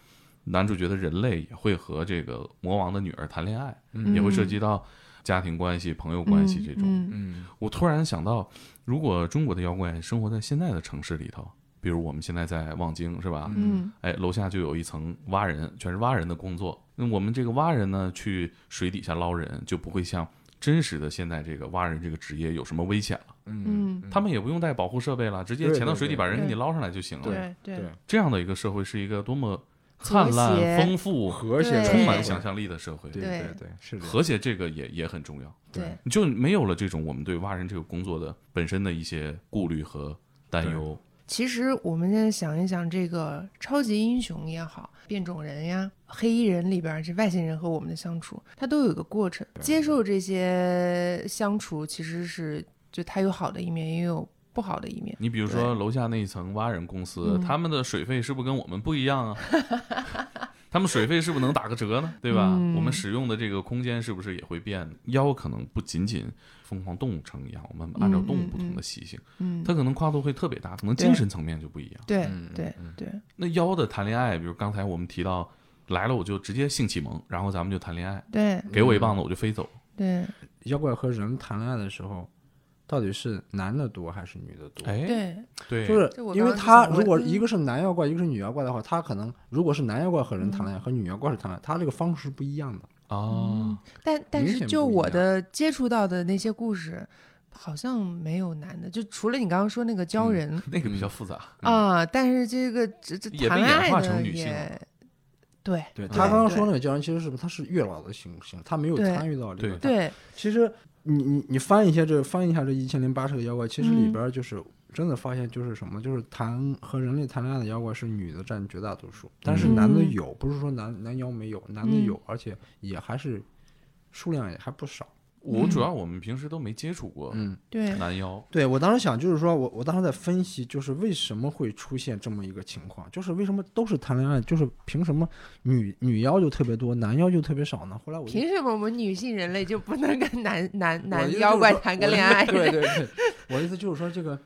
男主角的人类也会和这个魔王的女儿谈恋爱，嗯
嗯
也会涉及到家庭关系、朋友关系这种。
嗯
嗯，
我突然想到，如果中国的妖怪生活在现在的城市里头，比如我们现在在望京，是吧？
嗯
哎，楼下就有一层挖人，全是挖人的工作。那我们这个挖人呢，去水底下捞人，就不会像真实的现在这个挖人这个职业有什么危险了。
嗯，
他们也不用带保护设备了，直接
对
潜到
对
水底
对
把人给你
对
捞上来就行了。
对对
嗯对
这样的一个社会是一个多么
和
灿烂、
谐
丰富、
和谐的
对
充
社会
满想，象力的社会。
对
对
对对，是的。
和谐这个也也很重要，
对，
就没有了这种我们对挖人这个工作的本身的一些顾虑和担忧。
其实我们现在想一想，这个超级英雄也好，变种人呀，黑衣人里边儿这外星人和我们的相处，它都有一个过程。接受这些相处，其实是就它有好的一面，也有不好的一面。
你比如说楼下那一层挖人公司，
嗯
他们的水费是不是跟我们不一 样啊？他们水费是不是能打个折呢？对吧？
嗯
我们使用的这个空间是不是也会变？妖可能不仅仅疯狂动物城一样，我们按
嗯
照动物不同的习性，
嗯，
它可能跨度会特别大，可能精神层面就不一样。
对
嗯
对对，
那妖的谈恋爱，比如刚才我们提到来了我就直接性启蒙，然后咱们就谈恋爱，
对
给我一棒子我就飞走。
对
妖怪和人谈恋爱的时候，到底是男的多还是女的多？
哎，
对，
对，
就是
这我
因
刚
为
刚就
他
想
如果
问嗯
一个是男妖怪，一个是女妖怪的话，他可能如果是男妖怪和人谈
嗯
恋爱和女妖怪是谈恋爱，他这个方式是不一样的。
啊，
但但
明
是
显
就
不一
我
样
的接触到的那些故事，好像没有男的，就除了你刚刚说那
嗯
个教人
那个比较复杂。
啊，但是这个这这
嗯也
谈
被演
恋爱
化成
的
女性
也对
对
对他刚刚
对
说那个教人，其实是不是他是月老的形象，他没有
对
参与到这个
对
对，
其实你你你翻一下这翻一下这一千零八十个妖怪，其实里
嗯
边儿就是、真的发现就是什么，就是谈和人类谈恋爱的妖怪是女的占绝大多数，但是男的
嗯
有，不是说男男妖没有，男的有，而且也还是数量也还不少。
我主要我们平时都没接触过
嗯，
对，
男妖，
对我当时想就是说我我当时在分析，就是为什么会出现这么一个情况，就是为什么都是谈恋爱，就是凭什么女女妖就特别多，男妖就特别少呢？后来我就
凭什么我们女性人类就不能跟男男
我的意
男
思
妖
就是
怪
说
谈
我
个
的
恋
意思
爱？
对 对对，我的意思就是说，这个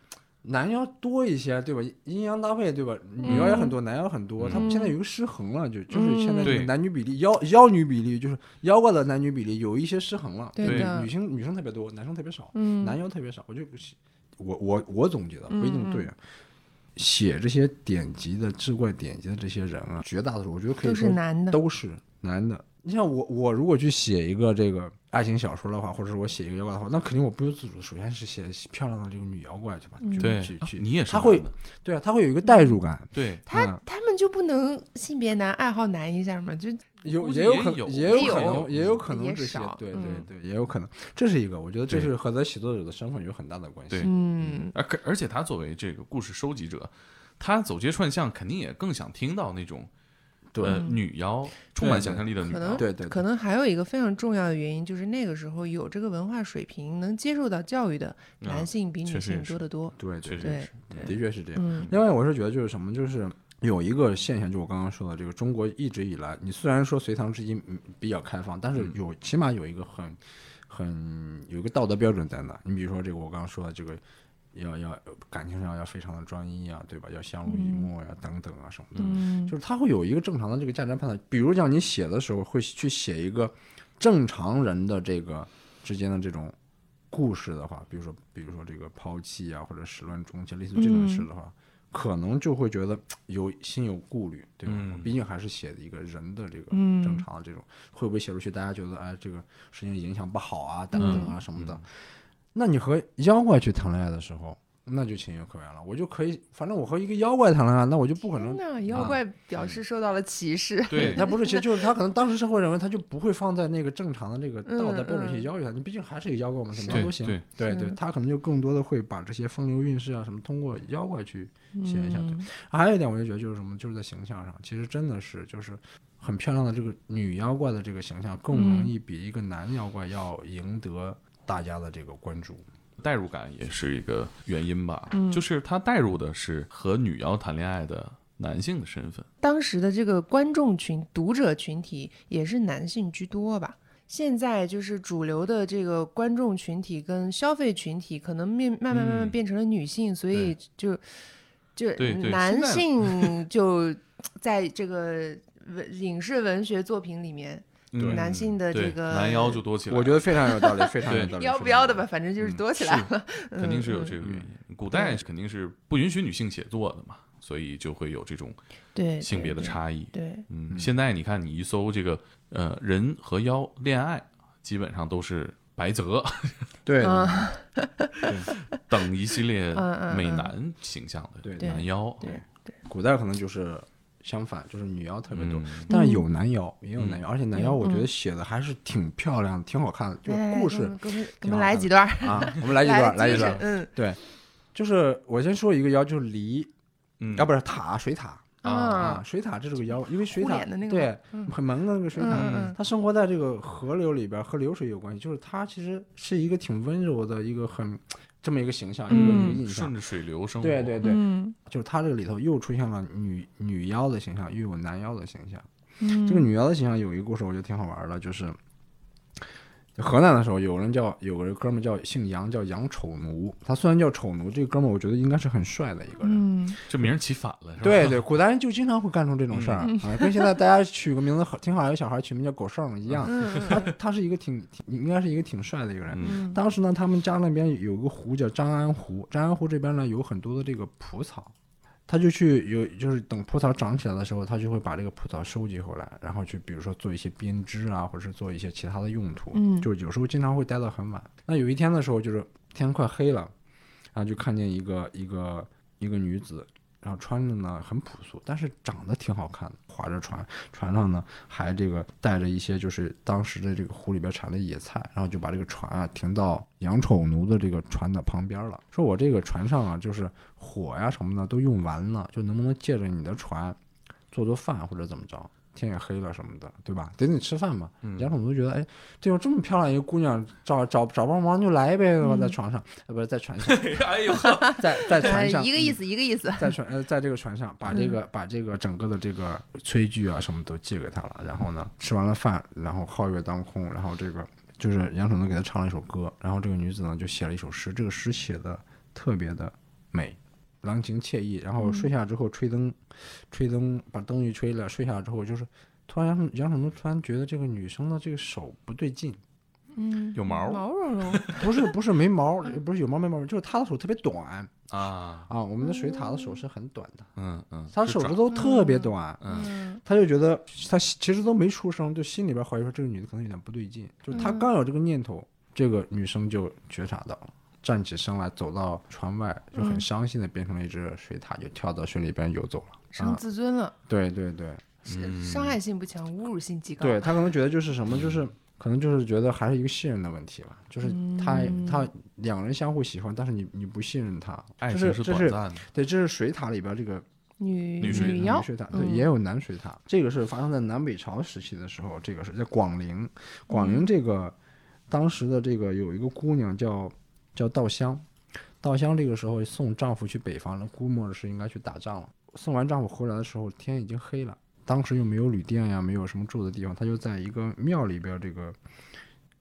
男妖多一些，对吧？阴阳搭配，对吧？女妖也
嗯
很多，男妖很多，他们现在有一个失衡了，就就是现在这
嗯
个
对
男女比例，妖妖女比例就是妖怪的男女比例有一些失衡了，
对
对
的
女生女生特别多，男生特别少，
嗯，
男妖特别少。我就我我我总结的不一定对
嗯
啊。写这些典籍的志怪典籍的这些人啊，绝大多数我觉得可以
都
说
是男的，
都是男的。你像我，我如果去写一个这个爱情小说的话，或者是我写一个妖怪的话，那肯定我不由自主，首先是写漂亮的这个女妖怪，去吧？
嗯
去
对
去
啊
去，
你也是
他会
男的，
对啊，他会有一个代入感。
对，
他
嗯
他们就不能性别男爱好男一下吗？就
有
估计
也有
也
可
有
也
也
有可
有
能也有可
也
能这些
少，
对对
嗯
对，也有可能，这是一个，我觉得这
对
是和咱写作者的身份有很大的关系
对。
嗯，
而可而且他作为这个故事收集者，他走街串巷肯定也更想听到那种呃
嗯
女妖充满想象力的女
可
妖
能，
对对，
可能还有一个非常重要的原因，就是那个时候有这个文化水平，能接受到教育的
嗯
男性比女
确实也
性
是
多得多。
对
确
对
实
对
是，
的确是这样。
嗯
另外，我是觉得就是什么，就是有一个现象，就我刚刚说的，这个中国一直以来，你虽然说隋唐之音嗯比较开放，但是有起码有一个很很有一个道德标准在那。你比如说这个我刚刚说的这个。要要感情上要非常的专一啊，对吧？要相濡以沫呀、等等啊什么的，
嗯
就是他会有一个正常的这个价值判断。比如讲你写的时候会去写一个正常人的这个之间的这种故事的话，比如说比如说这个抛弃啊，或者始乱终弃，类似这种事的话，可能就会觉得有心有顾虑，对吧？
嗯
毕竟还是写的一个人的这个
嗯
正常的这种，会不会写出去大家觉得哎这个事情影响不好啊，等等啊什么的。那你和妖怪去谈恋爱的时候。那就情有可原了，我就可以，反正我和一个妖怪谈恋爱，那我就不可能啊嗯
天呐，妖怪表示受到了 歧视。
对
他不是，其实就是他可能当时社会认为他就不会放在那个正常的这个道德标准
嗯嗯嗯
去要求他，你毕竟还是一个妖怪嘛，什么
对
都行。
对
对对
是
他可能就更多的会把这些风流韵事啊什么通过妖怪去写一下。对，
嗯
还有一点我就觉得就是什么，就是在形象上，其实真的是就是很漂亮的这个女妖怪的这个形象更
嗯
容易比一个男妖怪要赢得大家的这个关注。
代入感也是一个原因吧，
嗯
就是他代入的是和女妖谈恋爱的男性的身份，
当时的这个观众群、读者群体也是男性居多吧。现在就是主流的这个观众群体跟消费群体，可能面慢慢慢慢
嗯
变成了女性，所以就就
对对
男
现在
性 就在这个文影视文学作品里面，
对
嗯
男性的这
对
个
男妖就多起来了，
我觉得非常有道理，非常有道理。
妖不妖的吧，反正就是
嗯
多起来了，
肯定是有
嗯
这个原因。古代肯定是不允许女性写作的嘛，所以就会有这种
对
性别的，差异。
对对
嗯，现在你看，你一搜这个呃人和妖恋爱，基本上都是白 泽
对
对，嗯
等一系列
嗯嗯
美男形象的
对
男妖，
对
古代可能就是相反，就是女妖特别多。
嗯
但是有男妖，也有男妖，而且男妖
嗯
我觉得写的还是挺漂亮、挺好看的，就
来
是故
来哎给我
事
们给我们给
挺
我们
好
来
看
几段儿，
啊。我们来一段，来
哎来
一
几
段。
嗯
就是我先说一个妖，就是梨，
嗯，
啊，不是塔，水塔啊，
啊，
水塔这是个妖，因为水
糊
塔
脸的那个
对
嗯
很萌的那个水
嗯嗯
塔
嗯，
它生活在这个河流里边，和流水有关系，就是它其实是一个挺温柔的一个很这么一个形象，一个一个
嗯
印象
顺。着水流生活，
对对对，
嗯
就是它这个里头又出现了女女妖的形象，又有男妖的形象。
嗯，
这个女妖的形象有一个故事，我觉得挺好玩儿的，就是河南的时候，有人叫有个哥们儿叫姓杨，叫杨丑奴。他虽然叫丑奴，这个哥们儿我觉得应该是很帅的一个人。
嗯
这名儿起反了，是吧？
对对，古代人就经常会干出这种事儿、
嗯
啊，跟现在大家取个名字好挺好，有小孩取名叫狗剩儿一样。
嗯
他他是一个挺挺应该是一个挺帅的一个人。
嗯，
当时呢，他们家那边有个湖叫张安湖，张安湖这边呢有很多的这个蒲草，他就去有就是等蒲草长起来的时候，他就会把这个蒲草收集回来，然后去比如说做一些编织啊，或者是做一些其他的用途。
嗯
就有时候经常会待到很晚。那有一天的时候，就是天快黑了，然后就看见一个一个一个女子，然后穿着呢很朴素，但是长得挺好看的，划着船，船上呢还这个带着一些就是当时的这个湖里边产的野菜，然后就把这个船啊停到杨丑奴的这个船的旁边了，说我这个船上啊就是火呀、什么的都用完了，就能不能借着你的船做做饭或者怎么着？天也黑了什么的，对吧？得你吃饭嘛。
嗯
杨孔明觉得，哎，这有这么漂亮一个姑娘，找找找帮忙就来呗，对吧？
嗯
在床上，呃，不是在船上，
哎呦，
在 在船
呃
上，嗯
一个意思，一个意思。
在船呃，在这个船上把这个、把这个整个的这个炊具啊什么都借给他了，然后呢吃完了饭，然后皓月当空，然后这个就是杨守能给他唱了一首歌，然后这个女子呢就写了一首诗，这个诗写的特别的美，郎情妾意，然后睡下之后吹灯，吹灯把灯一吹了，睡下之后就是突然杨杨守能突然觉得这个女生的这个手不对劲，
嗯，
有毛
毛茸茸，
不是不是没毛，不是有毛没毛，就是她的手特别短
啊，
啊，我们的水獭的手是很短的。
嗯嗯，
他
是
手
爪
指头特别短，
嗯
嗯
他就觉得他其实都没出声，就心里边怀疑说这个女的可能有点不对劲。就他
嗯
刚有这个念头，这个女生就觉察到了，站起身来走到船外，就很
嗯
伤心的变成了一只水獭，就跳到水里边游走了。
伤自尊了，
对对对，
啊
嗯
是伤害性不强，侮辱性极高。
对他可能觉得就是什么，就是可能就是觉得还是一个信任的问题吧，就是他、
嗯
他两人相互喜欢，但是你你不信任他，
爱
这
情
是这
短
是
暂的，
对，这是水獭里边这个
女
女水
嗯女
南
妖，
水獭，对，
嗯
也有南水獭。这个是发生在南北朝时期的时候，这个是在广陵。广
嗯
陵这个、当时的这个有一个姑娘叫叫稻香，稻香这个时候送丈夫去北方了，估摸着是应该去打仗了。送完丈夫回来的时候，天已经黑了。当时又没有旅店呀，没有什么住的地方，她就在一个庙里边这个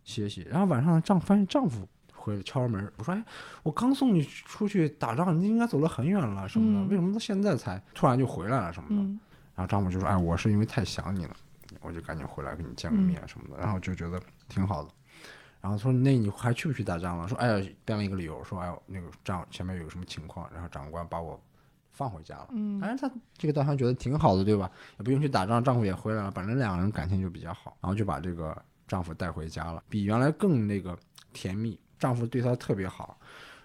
歇息。然后晚上丈夫发现丈夫回来敲门，我说：“哎，我刚送你出去打仗，你应该走了很远了什么的，
嗯
为什么到现在才突然就回来了什么的？”
嗯
然后丈夫就说：“哎，我是因为太想你了，我就赶紧回来跟你见个面什么的。然后就觉得挺好的。然后说：“那你还去不去打仗了？”说：“哎呀，编了一个理由，说哎呦那个仗前面有什么情况，然后长官把我放回家了。”
嗯
哎，他这个稻香觉得挺好的，对吧？也不用去打仗，丈夫也回来了，本来两个人感情就比较好，然后就把这个丈夫带回家了，比原来更那个甜蜜，丈夫对她特别好。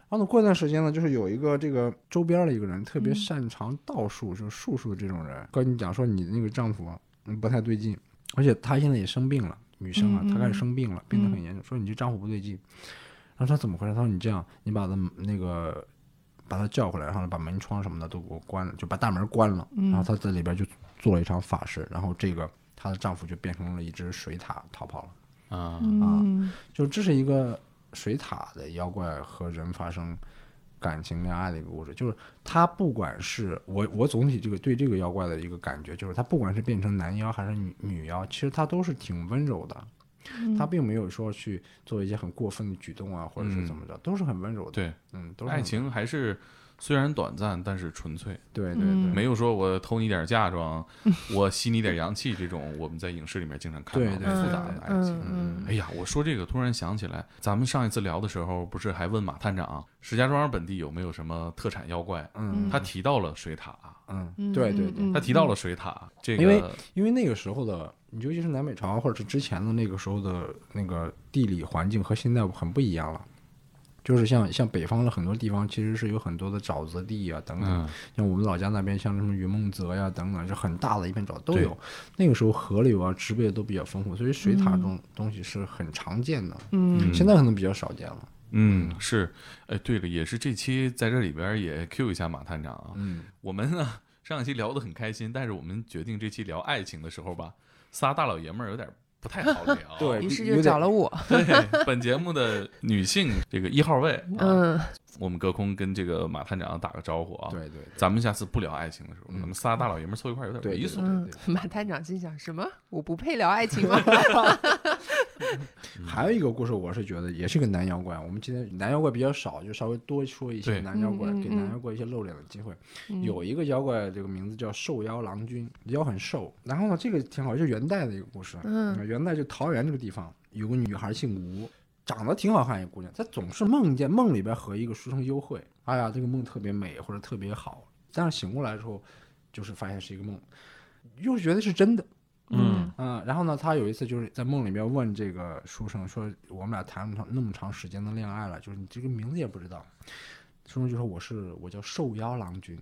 然后呢，过一段时间呢，就是有一个这个周边的一个人特别
嗯
擅长道术，就是术数这种人，跟你讲说你那个丈夫嗯不太对劲，而且她现在也生病了，女生啊，
嗯
她开始
嗯
生病了，病得很严重，说你这丈夫不对劲。然后她怎么回事？她说你这样，你把她那个把她叫回来，然后把门窗什么的都给我关了，就把大门关了。然后她在里边就做了一场法事，然后这个她的丈夫就变成了一只水獭逃跑了。
啊，
嗯
就这是一个水獭的妖怪和人发生感情恋爱的一个故事。就是它不管是我我总体这个对这个妖怪的一个感觉，就是它不管是变成男妖还是女女妖，其实它都是挺温柔的。它并没有说去做一些很过分的举动啊，或者是怎么着，都是很温柔的。
嗯对，
嗯，都是
爱
很
情还是虽然短暂，但是纯粹，
对对对
嗯
没有说我偷你点嫁妆， 我吸你点阳气这种，我们在影视里面经常看
对
到
对
的复杂
嗯
的爱情。
嗯
哎呀，我说这个突然想起来，咱们上一次聊的时候，不是还问马探长石家庄本地有没有什么特产妖怪？
嗯
他提到了水獭，
嗯，对对对，
嗯
他提到了水獭，这
因为
个
因为那个时候的，你尤其是南北朝或者是之前的那个时候的那个地理环境和现在很不一样了。就是像像北方的很多地方，其实是有很多的沼泽地啊等等，
嗯
像我们老家那边，像什么云梦泽呀、等等，就很大的一片沼都
对
有。那个时候河流啊、植被都比较丰富，所以水塔这种东西是很常见的。
嗯
现在可能比较少见了。
嗯，是，哎，对了，也是这期在这里边儿也 Q 一下马探长啊。
嗯，。
我们呢上一期聊得很开心，但是我们决定这期聊爱情的时候吧，仨大老爷们儿有点不太好聊
对
于是
有
就
点啊
找了我，
对，本节目的女性这个一号位，啊，
嗯，
我们隔空跟这个马探长打个招呼啊。
对对
咱们下次不聊爱情的时候，咱们仨大老爷们儿凑一块儿有点
对，
猥琐。
对
嗯
对，
马探长心想：什么？我不配聊爱 情吗？
嗯
对还有一个故事，我是觉得也是个男妖怪。我们今天男妖怪比较少，就稍微多说一些
对
男妖怪，
嗯嗯
给
嗯
男妖怪一些露脸的机会。有一个妖怪，这个名字叫瘦腰郎君，腰很瘦。然后呢，这个挺好，就是元代的一个故事。
嗯，
元代就桃园这个地方有个女孩姓吴，长得挺好看一姑娘，她总是梦见梦里边和一个书生幽会，哎呀，这个梦特别美或者特别好，但是醒过来之后，就是发现是一个梦，又觉得是真的。
嗯
嗯，然后呢，她有一次就是在梦里面问这个书生说：“我们俩谈了那么长时间的恋爱了，就是你这个名字也不知道。”书生就说：“我是我叫寿妖郎君。”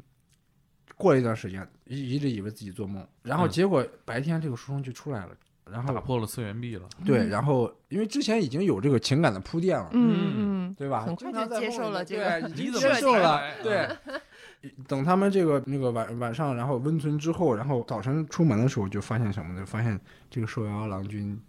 过了一段时间，一一直以为自己做梦，然后
嗯
结果白天这个书生就出来了，然后
打破了次元壁了。
对，然后因为之前已经有这个情感的铺垫了，
嗯嗯嗯
对吧？
很
经
快
常
就
在
接
你
梦里面对，已经
受了嗯这个
怎
接
么
受
才
了
来，啊
对。 等他们这个那个晚晚上，然后温存之后，然后早晨出门的时候，就发现什么呢？发现这个寿阳二郎君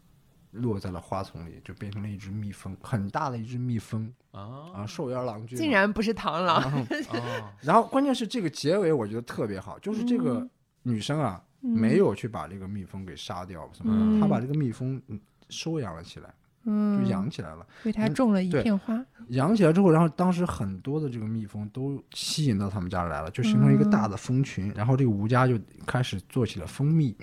落在了花丛里，就变成了一只蜜蜂，很大的一只蜜蜂
啊
啊！寿阳二郎君嘛
竟然不是螳螂，
啊！
然后关键是这个结尾我觉得特别好，就是这个
嗯
女生啊，没有去把这个蜜蜂给杀掉，什么的
嗯
她把这个蜜蜂嗯收养了起来，就
嗯，
养起来了。
为他
嗯
种了一
对
片花，
养起来之后，然后当时很多的这个蜜蜂都吸引到他们家来了，就形成一个
嗯
大的蜂群。然后这个吴家就开始做起了蜂 蜜，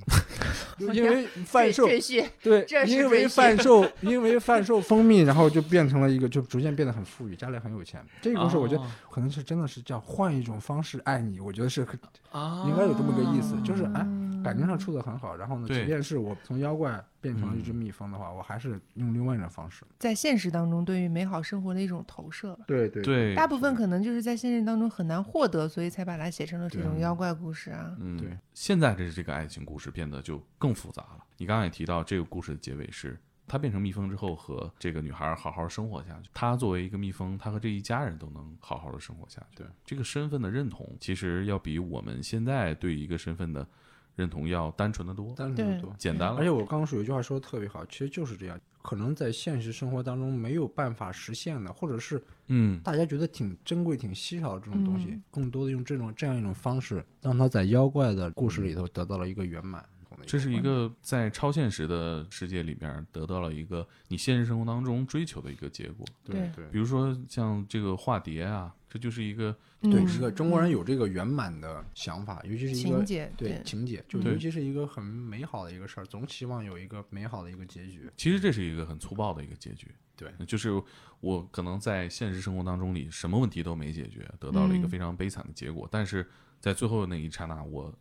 就因为贩售
赘婿
对
这，是
因
赘
为
婿
贩售因为贩售蜂蜜，然后就变成了一个就逐渐变得很富裕，家里很有钱。这个故事我觉得
哦
得
可能是真的是叫换一种方式爱你，我觉得是很
啊，
应该有这么个意思，就是哎，
嗯
感情上处的很好，然后呢，
对
即便是我从妖怪变成了一只蜜蜂的话，我还是用另外一种方式。
在现实当中对于美好生活的一种投射吧。
对对，
对
大部分可能就是在现实当中很难获得，所以才把它写成了这种
对
妖怪故事啊。
嗯，
对。
现在这这个爱情故事变得就更复杂了。你刚才也提到，这个故事的结尾是他变成蜜蜂之后，和这个女孩好好生活下去。他作为一个蜜蜂，他和这一家人都能好好的生活下去。
对
这个身份的认同，其实要比我们现在对一个身份的认同要单纯的多，
单纯
对
的多。
简单
而
了。
且我刚刚说有句话说的特别好，其实就是这样，可能在现实生活当中没有办法实现的，或者是
嗯，
大家觉得挺珍贵、挺稀少的这种东西，
嗯
更多的用这种这样一种方式，让它在妖怪的故事里头得到了一个圆满。
这是一个在超现实的世界里边得到了一个你现实生活当中追求的一个结果。
对
对
比如说像这个化蝶啊，这就是一个
对，
嗯
这个中国人有这个圆满的想法，尤其是一个
情节
对
对嗯
情节，就
对
尤其是一个很美好的一个事儿，总希望有一个美好的一个结
嗯
局。
其实这是一个很粗暴的一个结局。嗯
对，
就是我可能在现实生活当中里什么问题都没解决，得到了一个
嗯
非常悲惨的结果，但是在最后那一刹那，我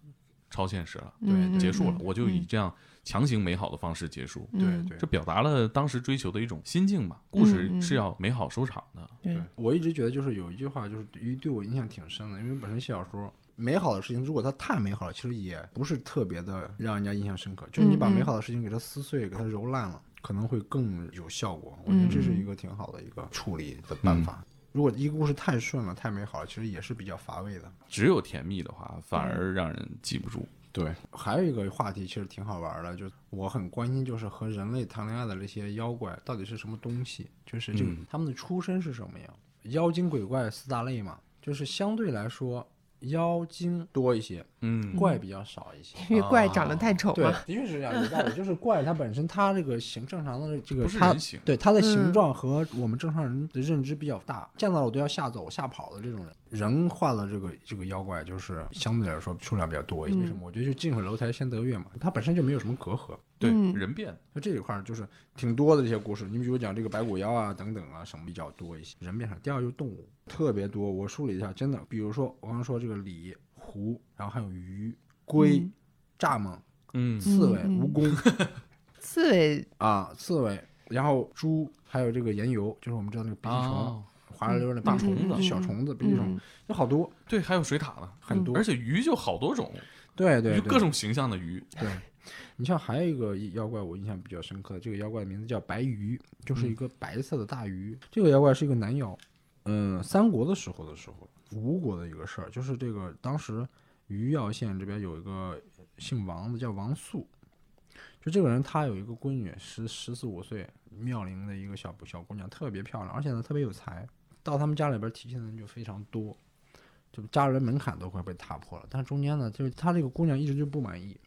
超现实了，
对
嗯
结束了
嗯，
我就以这样强行美好的方式结束。
对
嗯
对
这。表达了当时追求的一种心境嘛，故
嗯
事
嗯
是要美好收场的。
对
对，我一直觉得就是有一句话，就是对于对我印象挺深的，因为本身写小说，美好的事情如果它太美好了，其实也不是特别的让人家印象深刻。就是你把
嗯嗯
美好的事情给它撕碎，给它揉烂了，可能会更有效果。我觉得这是一个挺好的一个处理的办法。如果一个故事太顺了、太美好了，其实也是比较乏味的。
只有甜蜜的话，反
嗯
而让人记不住。
对，还有一个话题其实挺好玩的，就是我很关心，就是和人类谈恋爱的那些妖怪到底是什么东西，就是这个、
嗯
他们的出身是什么样？妖精鬼怪四大类嘛，就是相对来说妖精多一些，
嗯，啊
怪比较少一些。
因为怪长得太丑
啊对，
嘛
的。确是这样，有道理。就是怪它本身，它这个形正常的这个
不是
它
人形
对它的形
嗯
状和我们正常人的认知比较大，见到我都要吓走、吓跑的这种人，人化的这个这个妖怪就是相对来说数量比较多一些。
嗯
为什么？我觉得就近水楼台先得月嘛，它本身就没有什么隔阂。
对
嗯
人变。
那这一块儿就是挺多的这些故事，你比如讲这个白骨妖啊等等啊什么比较多一些，人变少。第二就是动物特别多，我梳理一下，真的，比如说我刚刚说这个鲤、狐，然后还有鱼、龟、
嗯
蚱蜢、
嗯
刺猬、
嗯嗯
蜈蚣，
刺猬，
啊，刺猬，然后猪，还有这个岩油，就是我们知道那个鼻涕虫，
哦
滑溜溜的
嗯
大
嗯
虫
嗯
子、小
嗯
虫子、鼻涕虫，有好多，
对，还有水獭呢，
很多
而且鱼就好多种，
对对
就各
对
种形象的鱼。
对。你像还有一个妖怪，我印象比较深刻的，这个妖怪的名字叫白鱼，就是一个白色的大鱼。这个妖怪是一个男妖，嗯，三国的时候的时候，吴国的一个事儿，就是这个当时余姚县这边有一个姓王的叫王肃，就这个人他有一个闺女，十十四五岁，妙龄的一个小小姑娘，特别漂亮，而且呢特别有才。到他们家里边提亲的人就非常多，就家人门槛都快被踏破了。但是中间呢，就是他这个姑娘一直就不满意，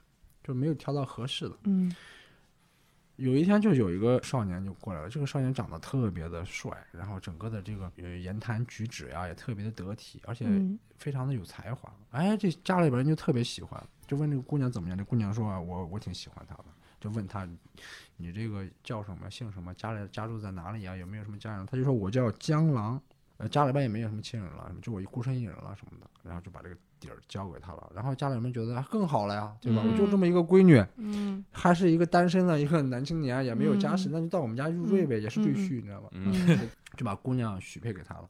就没有挑到合适的。
嗯
有一天就有一个少年就过来了，这个少年长得特别的帅，然后整个的这个呃言谈举止呀、也特别的得体，而且
嗯
非常的有才华。哎，这家里边人就特别喜欢，就问这个姑娘怎么样。这姑娘说啊，我我挺喜欢他的。就问他，你这个叫什么，姓什么，家里家住在哪里啊？有没有什么家人？他就说我叫江郎，呃，家里边也没有什么亲人了，就我一孤身一人了什么的。然后就把这个底儿交给他了。然后家里面觉得啊更好了呀，对吧？
嗯
我就这么一个闺女，
嗯
还是一个单身的一个男青年，也没有家室，
嗯
那就到我们家入赘呗，也是赘
嗯
婿，你知道吧？
嗯
嗯
就把姑娘许配给他了，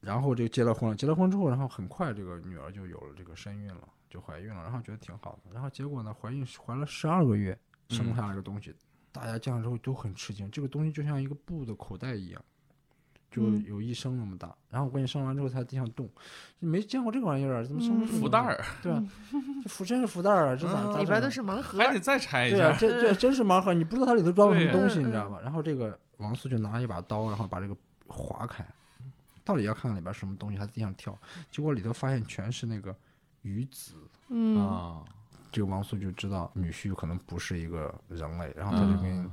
然后就结了婚了。结了婚之后，然后很快这个女儿就有了这个身孕了，就怀孕了，然后觉得挺好的。然后结果呢，怀孕怀了十二个月，
嗯
生下了一个东西，大家见了之后都很吃惊，这个东西就像一个布的口袋一样，就
嗯
有一升那么大。然后我给你生完之后，它在地上动，你没见过这个玩意儿，怎么生不出
嗯福
来
袋？儿，
对啊，这福真是福袋儿啊，这咋
嗯
咋
里边
整
都
啊
是盲盒
还，得再拆一
对啊
下，，
这 这真是盲盒，你不知道它里头装了什么
对
东西，
嗯
你知道吧？然后这个王素就拿一把刀，然后把这个划开，到底要看看里边什么东西，还在地上跳，结果里头发现全是那个鱼籽。
嗯，
啊，
这个王素就知道女婿可能不是一个人类，
啊
然后
嗯
他就跟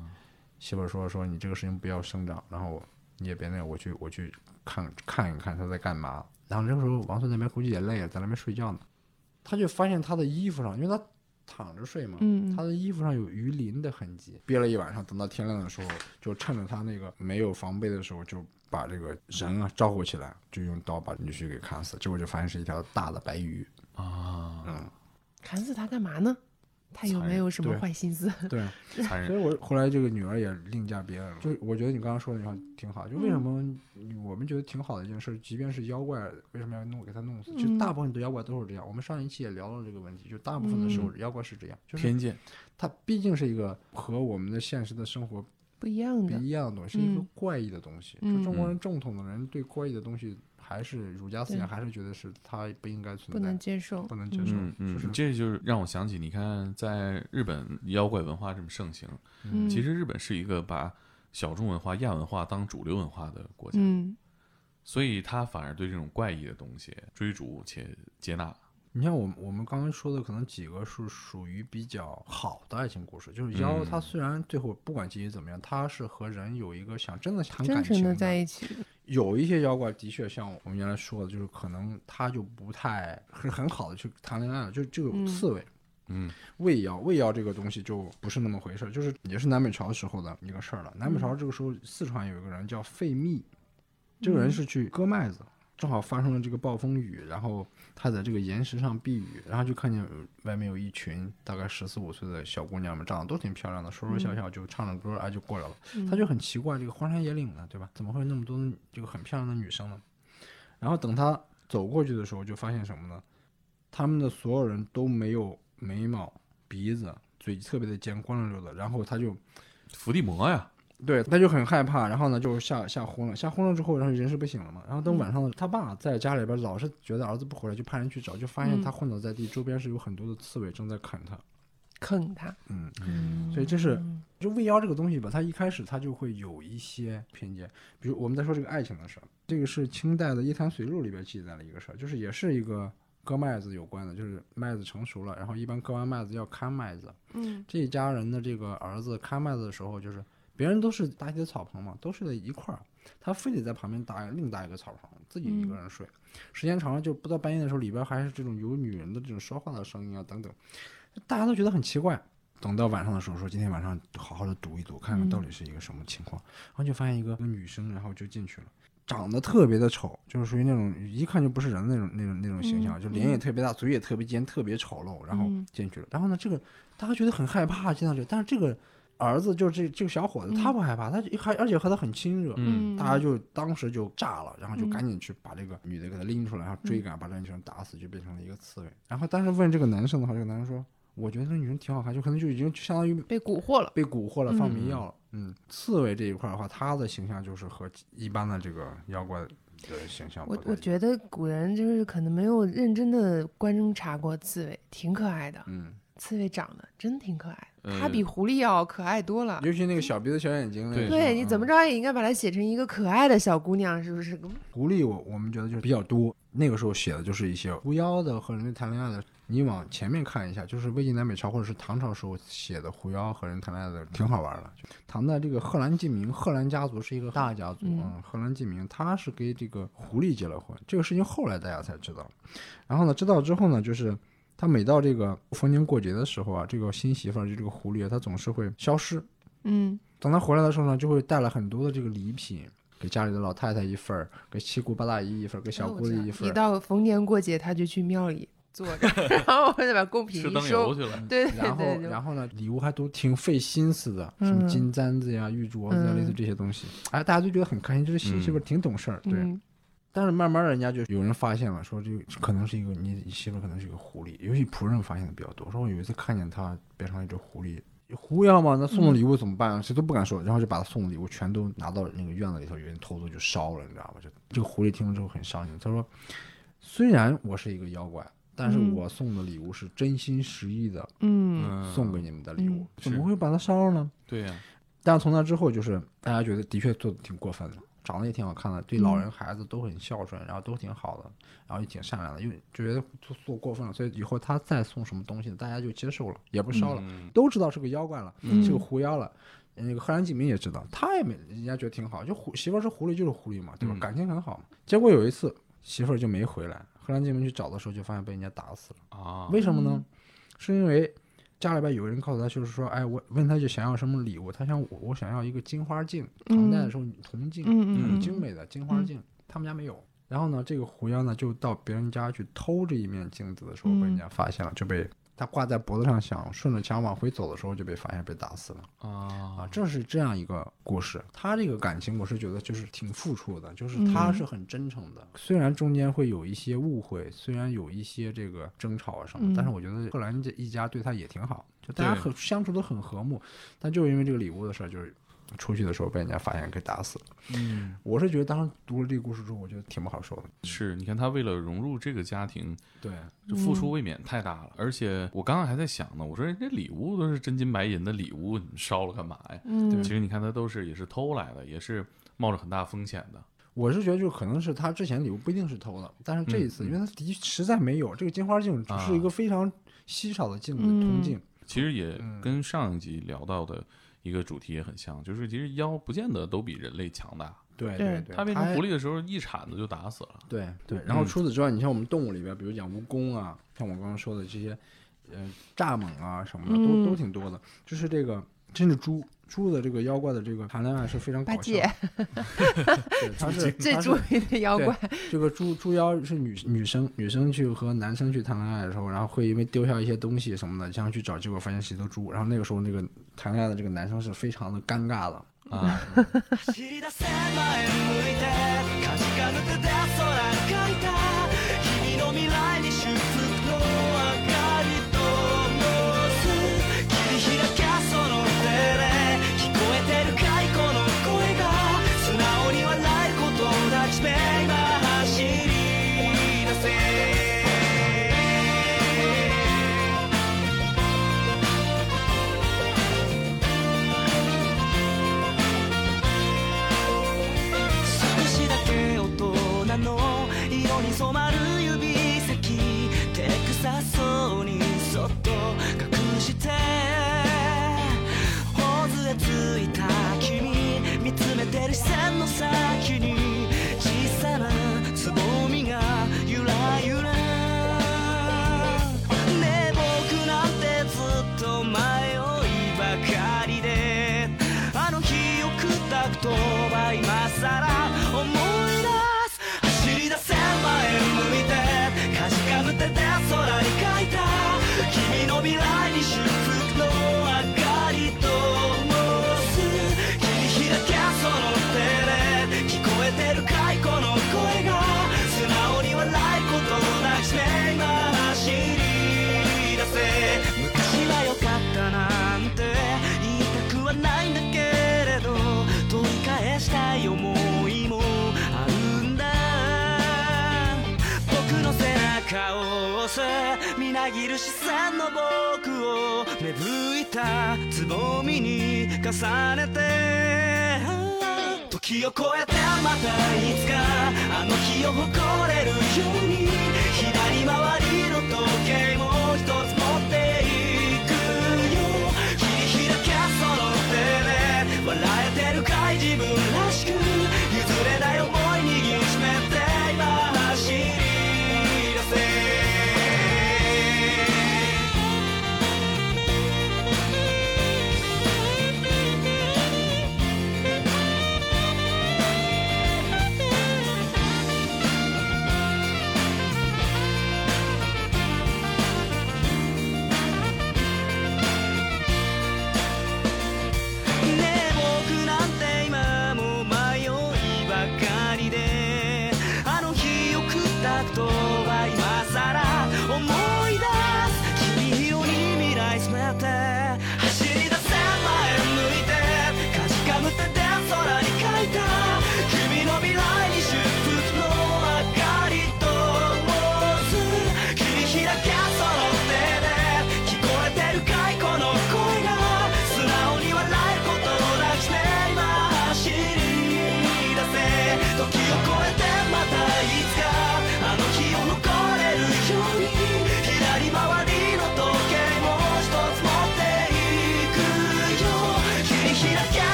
媳妇儿说：“说你这个事情不要声张，然后你也别那个，我去我去看看一看他在干嘛。”然后这个时候王素那边估计也累了，在那边睡觉呢，他就发现他的衣服上，因为他躺着睡嘛，
嗯
他的衣服上有鱼鳞的痕迹。憋了一晚上，等到天亮的时候，就趁着他那个没有防备的时候，就把这个人啊招呼起来，就用刀把女婿给砍死。结果就发现是一条大的白鱼。
啊，
嗯，
砍死他干嘛呢？他有没有什么
对
坏心思？
对。
残
所
忍，
以我后来这个女儿也另嫁别人了。就是我觉得你刚刚说的那句话挺好，就为什么
嗯
我们觉得挺好的一件事，即便是妖怪，为什么要弄给他弄死？其实
嗯
大部分的妖怪都是这样。我们上一期也聊到这个问题，就大部分的时
嗯
候妖怪是这样，就是
偏见，
它毕竟是一个和我们的现实的生活
不一样
不
的，
一样的东西，是一个
嗯
怪异的东西。
嗯
就中国人正统的人对怪异的东西还是儒家思想，还是觉得是它不应该
不
存在
能，接受，
不能接受
嗯，
嗯嗯
就是，
这就是让我想起，你看，在日本妖怪文化这么盛行，
嗯
其实日本是一个把小众文化、亚文化当主流文化的国家，
嗯
所以他反而对这种怪异的东西追逐且接纳。
你像我们我们刚刚说的，可能几个是属于比较好的爱情故事，就是妖，
嗯
它虽然最后不管结局怎么样，它是和人有一个想真的谈
真
感
诚
情
的在一起，
有一些妖怪的确像我们原来说的，就是可能他就不太很很好的去谈恋爱了，就就有
嗯
刺猬。
嗯，
魏妖，魏妖这个东西就不是那么回事，就是也是南北朝时候的一个事儿了。南北朝这个时候，四川有一个人叫费密，这个人是去割麦子，正好发生了这个暴风雨，然后他在这个岩石上避雨，然后就看见呃外面有一群大概十四五岁的小姑娘们，长得都挺漂亮的，说说笑笑就唱唱歌，哎就过来了。他
嗯
就很奇怪，这个荒山野岭呢，对吧？怎么会有那么多这个很漂亮的女生呢？然后等他走过去的时候，就发现什么呢？他们的所有人都没有眉毛、鼻子、嘴特别的尖，光溜溜的。然后他就
伏地魔呀，
对，他就很害怕，然后呢就吓吓昏了，吓昏了之后，然后人事不醒了嘛。然后等晚上，他爸在家里边老是觉得儿子不回来，就派人去找，就发现他昏倒在地，周边是有很多的刺猬正在啃他。
坑他，
嗯，
嗯
所以这是就未妖这个东西吧，它一开始它就会有一些偏见，比如我们在说这个爱情的事儿，这个是清代的《夜谭随录》里边记载了一个事儿，就是也是一个割麦子有关的，就是麦子成熟了，然后一般割完麦子要看麦子，
嗯
这一家人的这个儿子看麦子的时候，就是别人都是搭一个草棚嘛，都睡在一块儿，他非得在旁边搭另搭一个草棚，自己一个
嗯
人睡。时间长了，就不到半夜的时候，里边还是这种有女人的这种说话的声音啊等等，大家都觉得很奇怪。等到晚上的时候，说今天晚上好好的读一读，看看
嗯
到底是一个什么情况。然后就发现一个一个女生，然后就进去了。长得特别的丑，就是属于那种一看就不是人的那种那种那种形象，
嗯
就脸也特别大，嘴也特别尖，特别丑陋，然后
嗯
进去了。然后呢，这个大家觉得很害怕见到这个，但是这个儿子就是这这个小伙子，
嗯
他不害怕，他就还而且和他很亲热，
嗯
大家就当时就炸了，然后就
嗯
赶紧去把这个女的给他拎出来，然后追赶，把这个女生打死，就变成了一个刺猬。然后当时问这个男生的话，这个男生说：“我觉得这个女生挺好看，就可能就已经相当于
被蛊惑了，
被蛊惑了，放迷
嗯
药了。嗯”刺猬这一块的话，他的形象就是和一般的这个妖怪的形象不
我
太
我
一样
觉得古人就是可能没有认真的观察过刺猬，挺可爱的。
嗯，
刺猬长得真挺可爱的，
呃
它比狐狸要可爱多了。
尤其那个小鼻子小眼睛那个
对
是吧，
对，你怎
嗯
么着也应该把它写成一个可爱的小姑娘，是不是？
狐狸我我们觉得就是比较多，那个时候写的就是一些狐妖的和人类谈恋爱的。你往前面看一下，就是魏晋南北朝或者是唐朝时候写的狐妖和人谈恋爱的，挺好玩的。就唐代这个贺兰进明，贺兰家族是一个大家族
嗯
啊、贺兰进明他是跟这个狐狸结了婚，这个事情后来大家才知道。然后呢，知道之后呢，就是他每到这个逢年过节的时候啊，这个新媳妇儿就这个狐狸，她总是会消失，
嗯
等他回来的时候呢，就会带了很多的这个礼品，给家里的老太太一份儿，给七姑八大姨一份儿，给小姑子一份
一
儿。
到逢年过节，他就去庙里坐 着，然后我再把贡品
吃
一
灯
收
油。去了，
对对
然后
对，，对
然后呢，礼物还都挺费心思的，
嗯
什么金簪子呀、玉镯子呀，
嗯
类似这些东西。哎，大家都觉得很开心，这个新媳妇儿挺懂事儿，对。
嗯
但是慢慢的，人家就有人发现了，说这个可能是一个你你媳妇儿可能是一个狐狸，尤其仆人发现的比较多。说我有一次看见她变成了一只狐狸，狐妖嘛，那送
嗯
的礼物怎么办啊？谁都不敢说，然后就把送的礼物全都拿到那个院子里头，有人偷偷就烧了，你知道吗？就这个狐狸听了之后很伤心，他说：“虽然我是一个妖怪，但是
嗯
我送的礼物是真心实意的
嗯
嗯，
送给你们的礼物，
嗯
怎
是
么会把它烧了呢
对呀、？”
但从那之后，就是大家觉得的确做的挺过分的，长得也挺好看的，对
嗯
老人孩子都很孝顺，然后都挺好的，然后也挺善良的，因为就觉得做做过分了，所以以后他再送什么东西，大家就接受了，也不烧了。
嗯
都知道是个妖怪了，
嗯
是个狐妖了。那个贺兰警民也知道，他也没人家觉得挺好，就狐媳妇儿是狐狸就是狐狸嘛，对吧？
嗯
感情很好嘛。结果有一次媳妇儿就没回来，贺兰警民去找的时候就发现被人家打死了，
啊，
为什么
嗯
呢？是因为家里边有人告诉他，就是说，哎，我问他就想要什么礼物，他想我我想要一个金花镜，唐代的时候铜镜，
嗯
很
嗯
精美的金花镜，他们家没有。然后呢，这个狐妖呢就到别人家去偷这一面镜子的时候，
嗯
被人家发现了，就被他挂在脖子上想顺着墙往回走的时候就被发现被打死了啊
啊！
正是这样一个故事，他这个感情我是觉得就是挺付出的，就是
嗯
他是很真诚的，虽然中间会有一些误会，虽然有一些这个争吵啊什么，
嗯
但是我觉得贺兰这一家对他也挺好，就大家
对
很相处的很和睦，但就是因为这个礼物的事儿，就是出去的时候被人家发现给打死了。
嗯，
我是觉得当时读了这个故事之后，我觉得挺不好受的。
是，你看他为了融入这个家庭，
对，
这付出未免太大了。而且我刚刚还在想呢，我说人家礼物都是真金白银的礼物，你们烧了干嘛呀？
嗯
其实你看他都是也是偷来的，也是冒着很大风险的。
我是觉得就可能是他之前礼物不一定是偷的，但是这一
嗯
次，因为他的实在没有这个金花镜，只
啊
是一个非常稀少的镜子，
嗯
铜镜。
其实也
嗯
跟上一集聊到的一个主题也很像，就是其实妖不见得都比人类强大。
对
对
对，
它变成狐
狸。
狸的时候，一铲子就打死了。
对对，然
嗯
后除此之外，你像我们动物里边，比如讲蜈蚣啊，像我刚刚说的这些，呃，蚱蜢啊什么的，
嗯
都都挺多的。就是这个，甚至猪，猪的这个妖怪的这个谈恋爱是非常搞
八
笑
戒
的。对， 它是
最
它是
著名的妖怪，
这个猪猪妖是女女生女生去和男生去谈恋爱的时候，然后会因为丢下一些东西什么的，这样去找，结果发现是一头猪。然后那个时候，那个谈恋爱的这个男生是非常的尴尬的。
啊，
走り出せ前を向いてかじか抜けて空借りた君の未来に出の明かりと灯す切り開けその手で聞こえてるかいこの声が素直にはないことだちめ今走り出せ少しだけ大人の色に染まる指先手臭そうにそっと隠して頬杖ついた君見つめてる視線の先に小さなつぼみがゆらゆらねえ僕なんてずっと迷いばかりであの日をくたくとば今さら思い出す走り出せ前向いてかじかむ手で空に書いた君の未来に祝福の明かりと灯す切り開けその手で聞こえてるかいこの声が素直にはないことなくして今走り出せ昔は良かったなんて言いたくはないんだけれど取り返したい思いもあるんだ僕の背中を押すみなぎる視線の僕を芽吹いたつぼみに重ねて時を越えてまたいつかあの日を誇れるように左回りの時計も